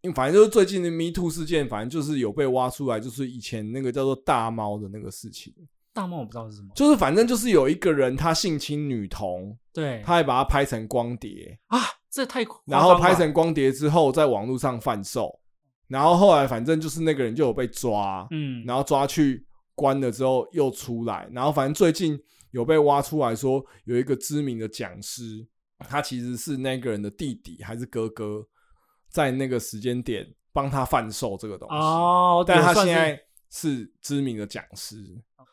S2: 因为反正就是最近的 Me Too 事件，反正就是有被挖出来，就是以前那个叫做大猫的那个事情。
S1: 大猫我不知道是什么，
S2: 就是反正就是有一个人他性侵女童，
S1: 对
S2: 他还把它拍成光碟，
S1: 啊，这太夸张
S2: 然后
S1: 了
S2: 拍成光碟之后在网络上贩售，然后后来反正就是那个人就有被抓，
S1: 嗯，
S2: 然后抓去关了之后又出来，然后反正最近有被挖出来说有一个知名的讲师，他其实是那个人的弟弟还是哥哥，在那个时间点帮他贩售这个东西，
S1: 哦，
S2: 但
S1: 也
S2: 他
S1: 算
S2: 现
S1: 是
S2: 在是知名的讲师，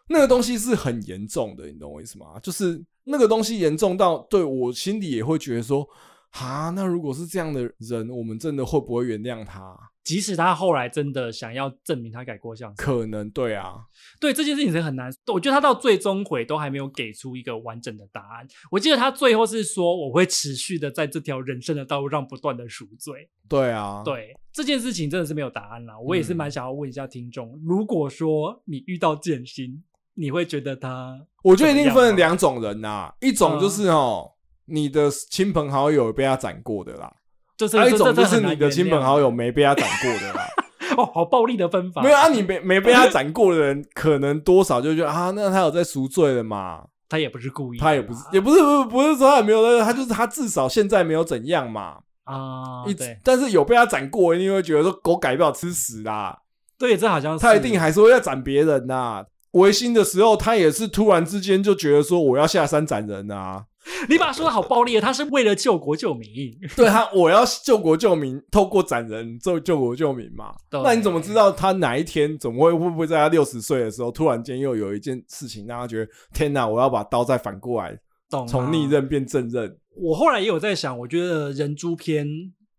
S2: 那个东西是很严重的，你懂我意思吗？就是那个东西严重到对我心里也会觉得说，哈，那如果是这样的人，我们真的会不会原谅他？
S1: 即使他后来真的想要证明他改过向善，
S2: 可能对啊，
S1: 对这件事情是很难。我觉得他到最终回都还没有给出一个完整的答案。我记得他最后是说：“我会持续的在这条人生的道路上不断的赎罪。
S2: 对啊，
S1: 对这件事情真的是没有答案啦。我也是
S2: 嗯
S1: 蛮想要问一下听众，如果说你遇到剑心，你会觉得他
S2: 我觉得一定分
S1: 怎么样啊嗯
S2: 了
S1: 吗
S2: 两种人呐、一种就是哦，你的亲朋好友有被他斩过的啦，
S1: 就是、
S2: 还有一
S1: 这
S2: 种
S1: 这
S2: 哎就是
S1: 很难
S2: 你的亲朋好
S1: 原啊
S2: 友没被他斩过的啦。
S1: 谅哦，好暴力的分法，
S2: 没有啊，你没没被他斩过的人，可能多少就觉得啊，那他有在赎罪了嘛？
S1: 他也不是故意的啦，
S2: 他也不是，也不是，不是不是说他也没有那个，他就是他至少现在没有怎样嘛。
S1: 啊，
S2: 一
S1: 对
S2: 但是有被他斩过，一定会觉得说狗改不了吃屎啦，
S1: 对，这好像是
S2: 他一定还是会要斩别人呐。维新的时候，他也是突然之间就觉得说我要下山斩人啊，
S1: 你把他说的好暴力，他是为了救国救民。
S2: 对他，我要救国救民，透过斩人救救国救民嘛。
S1: 对
S2: 那你怎么知道他哪一天怎么会会不会在他六十岁的时候，突然间又有一件事情让他觉得天哪，我要把刀再反过来，
S1: 懂吗
S2: 从逆刃变正刃？
S1: 我后来也有在想，我觉得人猪片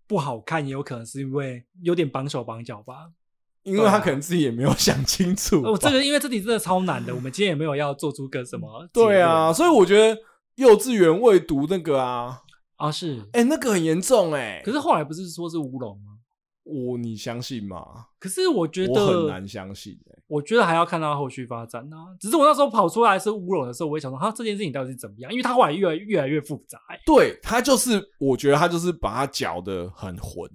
S1: 不好看，也有可能是因为有点绑手绑脚吧。
S2: 因为他可能自己也没有想清楚吧。
S1: 哦，这个因为这题真的超难的，我们今天也没有要做出个什么。
S2: 对啊，，所以我觉得幼稚园未读那个啊，
S1: 啊是，
S2: 哎、那个很严重哎、
S1: 可是后来不是说是乌龙吗？
S2: 我你相信吗？
S1: 可是我觉
S2: 我很
S1: 得
S2: 难，相信哎、
S1: 我觉得还要看到后续发展啊。只是我那时候跑出来是乌龙的时候，我也想说，哈，这件事情到底是怎么样？因为它后来越来越来越复杂、欸。
S2: 对他就是，我觉得他就是把他搅得很混。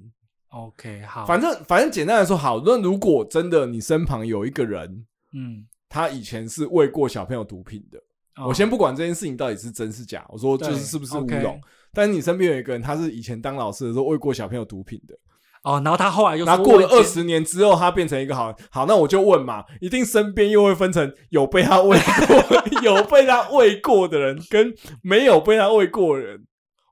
S1: OK，好，
S2: 反正反正简单来说，好，那如果真的你身旁有一个人，
S1: 嗯，
S2: 他以前是喂过小朋友毒品的，
S1: 哦
S2: 我先不管这件事情到底是真是假，我说就是
S1: 对
S2: 是不是乌
S1: ，OK
S2: 龙。但是你身边有一个人，他是以前当老师的时候喂过小朋友毒品的，
S1: 哦，然后他后来又
S2: 那
S1: 说
S2: 过了
S1: 我
S2: 二
S1: 以前
S2: 十年之后，他变成一个好好，那我就问嘛，一定身边又会分成有被他喂过、有被他喂过的人，跟没有被他喂过的人。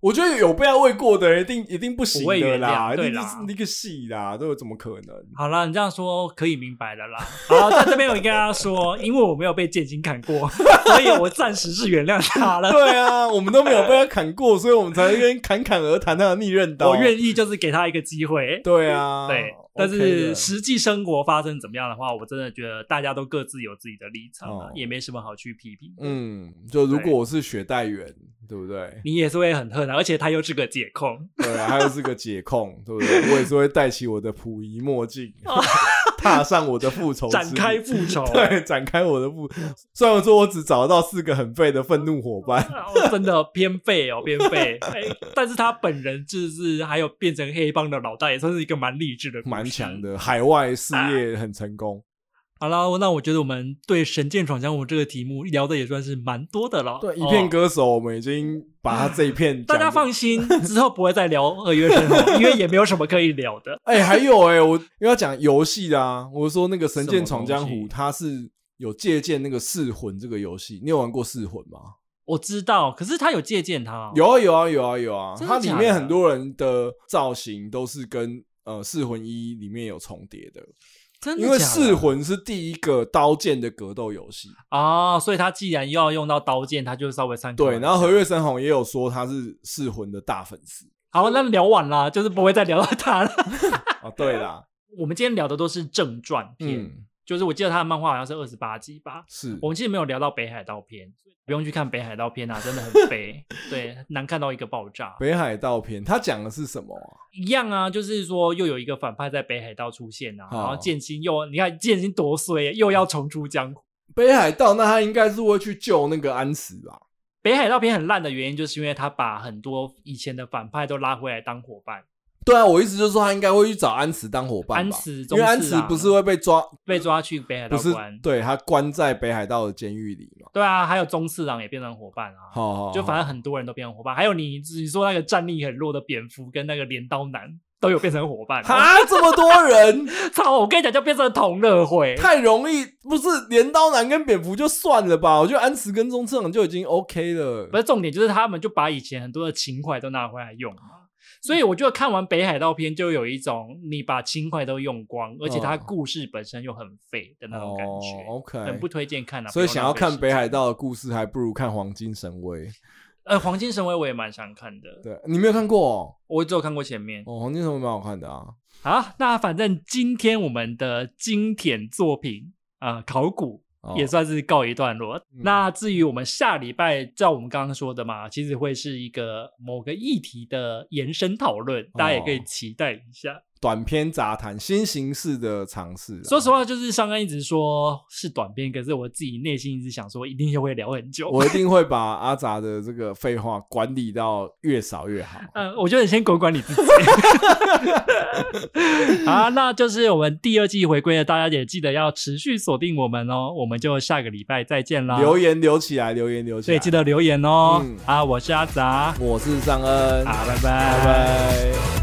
S2: 我觉得有被他喂过的人，一定一定不行
S1: 不会
S2: 的
S1: 原
S2: 啦，
S1: 谅
S2: 一
S1: 对啦
S2: 定是那个戏啦，这个怎么可能？
S1: 好了，你这样说可以明白了啦。好，在这边我跟大家说，因为我没有被剑金砍过， 所以我暂时是原谅他 了。
S2: 对啊，我们都没有被他砍过，所以我们才跟侃侃而谈他的逆刃刀。
S1: 我愿意就是给他一个机会。
S2: 对啊，
S1: 对
S2: OK，
S1: 但
S2: 的
S1: 是实际生活发生怎么样的话，我真的觉得大家都各自有自己的立场啊，
S2: 哦
S1: 也没什么好去批评。
S2: 嗯，就如果
S1: 对
S2: 我是雪代缘，对不对？
S1: 你也是会很恨啊的，而且他又是个解控。
S2: 对啊，还有是个解 控，对不对？我也是会戴起我的溥仪墨镜，踏上我的复仇之
S1: 哦展
S2: 路，
S1: 开 复仇
S2: 对，展开我的复。虽然说我只找到四个很废的愤怒伙 伴，
S1: 哦真的偏废哦，偏废。哎，但是他本人就是还有变成黑帮的老大，也算是一个蛮励志的，
S2: 蛮强。的，海外事业很成功。
S1: 好啦，那我觉得我们对《神剑闯江湖》这个题目聊的也算是蛮多的了。
S2: 对，一
S1: 哦
S2: 片歌手，我们已经把他这一片讲
S1: 大
S2: 得，
S1: 家放心，之后不会再聊二月生活，因为也没有什么可以聊的。
S2: 哎、还有 哎、我又要讲游戏的啊。我说那个《神剑闯江
S1: 什么
S2: 湖
S1: 东》，西
S2: 它是有借鉴那个《噬魂》这个游戏。你有玩过《噬魂》吗？
S1: 我知道，可是他有借鉴他、哦，
S2: 有啊，有啊，有啊，有啊。
S1: 真的
S2: 它里
S1: 假
S2: 面
S1: 的
S2: 很多人的造型都是跟呃《噬魂一》里面有重叠的，
S1: 真的
S2: 因为《
S1: 假的
S2: 噬魂》是第一个刀剑的格斗游戏。
S1: 啊、所以他既然要用到刀剑，他就稍微参考一下。
S2: 对，然后和月神红也有说他是《噬魂》的大粉丝
S1: 好，那聊完啦，就是不会再聊到他了。
S2: 啊。对啦，
S1: 我们今天聊的都是正传片，
S2: 嗯，
S1: 就是我记得他的漫画好像是二十八集吧。
S2: 是
S1: 我们其实没有聊到北海道篇，不用去看北海道篇啊，真的 很悲，对，难看到一个爆炸。
S2: 北海道篇，它讲的是什么啊？
S1: 一样啊，就是说又有一个反派在北海道出现啊，
S2: 哦
S1: 然后剑心又你看剑心多衰，啊又要重出江湖。
S2: 北海道，那他应该是会去救那个安史吧？
S1: 北海道片很烂的原因，就是因为他把很多以前的反派都拉回来当伙伴，
S2: 对啊，我意思就是说他应该会去找安慈当伙伴吧。
S1: 安慈啊
S2: 因
S1: 宗
S2: 为
S1: 次
S2: 安慈
S1: 郎
S2: 不是会被抓，
S1: 被抓去北海
S2: 不
S1: 道
S2: 是
S1: 关，
S2: 对他关在北海道的监狱里嘛。
S1: 对啊，还有宗次郎也变成伙伴啊，
S2: 好好，
S1: 就反
S2: 正
S1: 正很多人都变成伙伴，还有你你说那个战力很弱的蝙蝠跟那个镰刀男都有变成伙伴，
S2: 哈这么多人，
S1: 操！我跟你讲，就变成同乐会，
S2: 太容易不是镰刀男跟蝙蝠就算了吧？我觉得安慈跟中次郎就已经 OK 了
S1: 不。是重点，就是他们就把以前很多的情怀都拿回来用嘛。所以我觉得看完北海道片，就有一种你把情怀都用光，而且它故事本身又很废的那种感
S2: 嗯哦
S1: 觉，很不
S2: ，OK。
S1: 推荐看啊。
S2: 所以想要看北海
S1: 道，
S2: 道的故事，还不如看《黄金神威》。
S1: 呃，黄金神威我也蛮想看的，
S2: 对你没有看过哦，
S1: 我只有看过前面。
S2: 哦，《黄金神威》蛮好看的啊。
S1: 好，那反正今天我们的经典作品啊、呃考古
S2: 哦嗯
S1: 也算是告一段落。那至于我们下礼拜，照我们刚刚说的嘛，其实会是一个某个议题的延伸讨论，大家也
S2: 哦
S1: 可以期待一下。
S2: 短篇杂谈，新形式的尝试啊。
S1: 说实话，就是上恩一直说是短片，可是我自己内心一直想说，一定就会聊很久。
S2: 我一定会把阿杂的这个废话管理到越少越好。
S1: 嗯，我觉得你先管管你自己。 好啊，那就是我们第二季回归了，大家也记得要持续锁定我们哦。我们就下个礼拜再见啦，
S2: 留言留起来，留言留起
S1: 所以
S2: 来。
S1: 啊记，得留言哦。
S2: 嗯
S1: 啊，我是阿杂，
S2: 我是尚恩，
S1: 啊，拜
S2: 拜拜。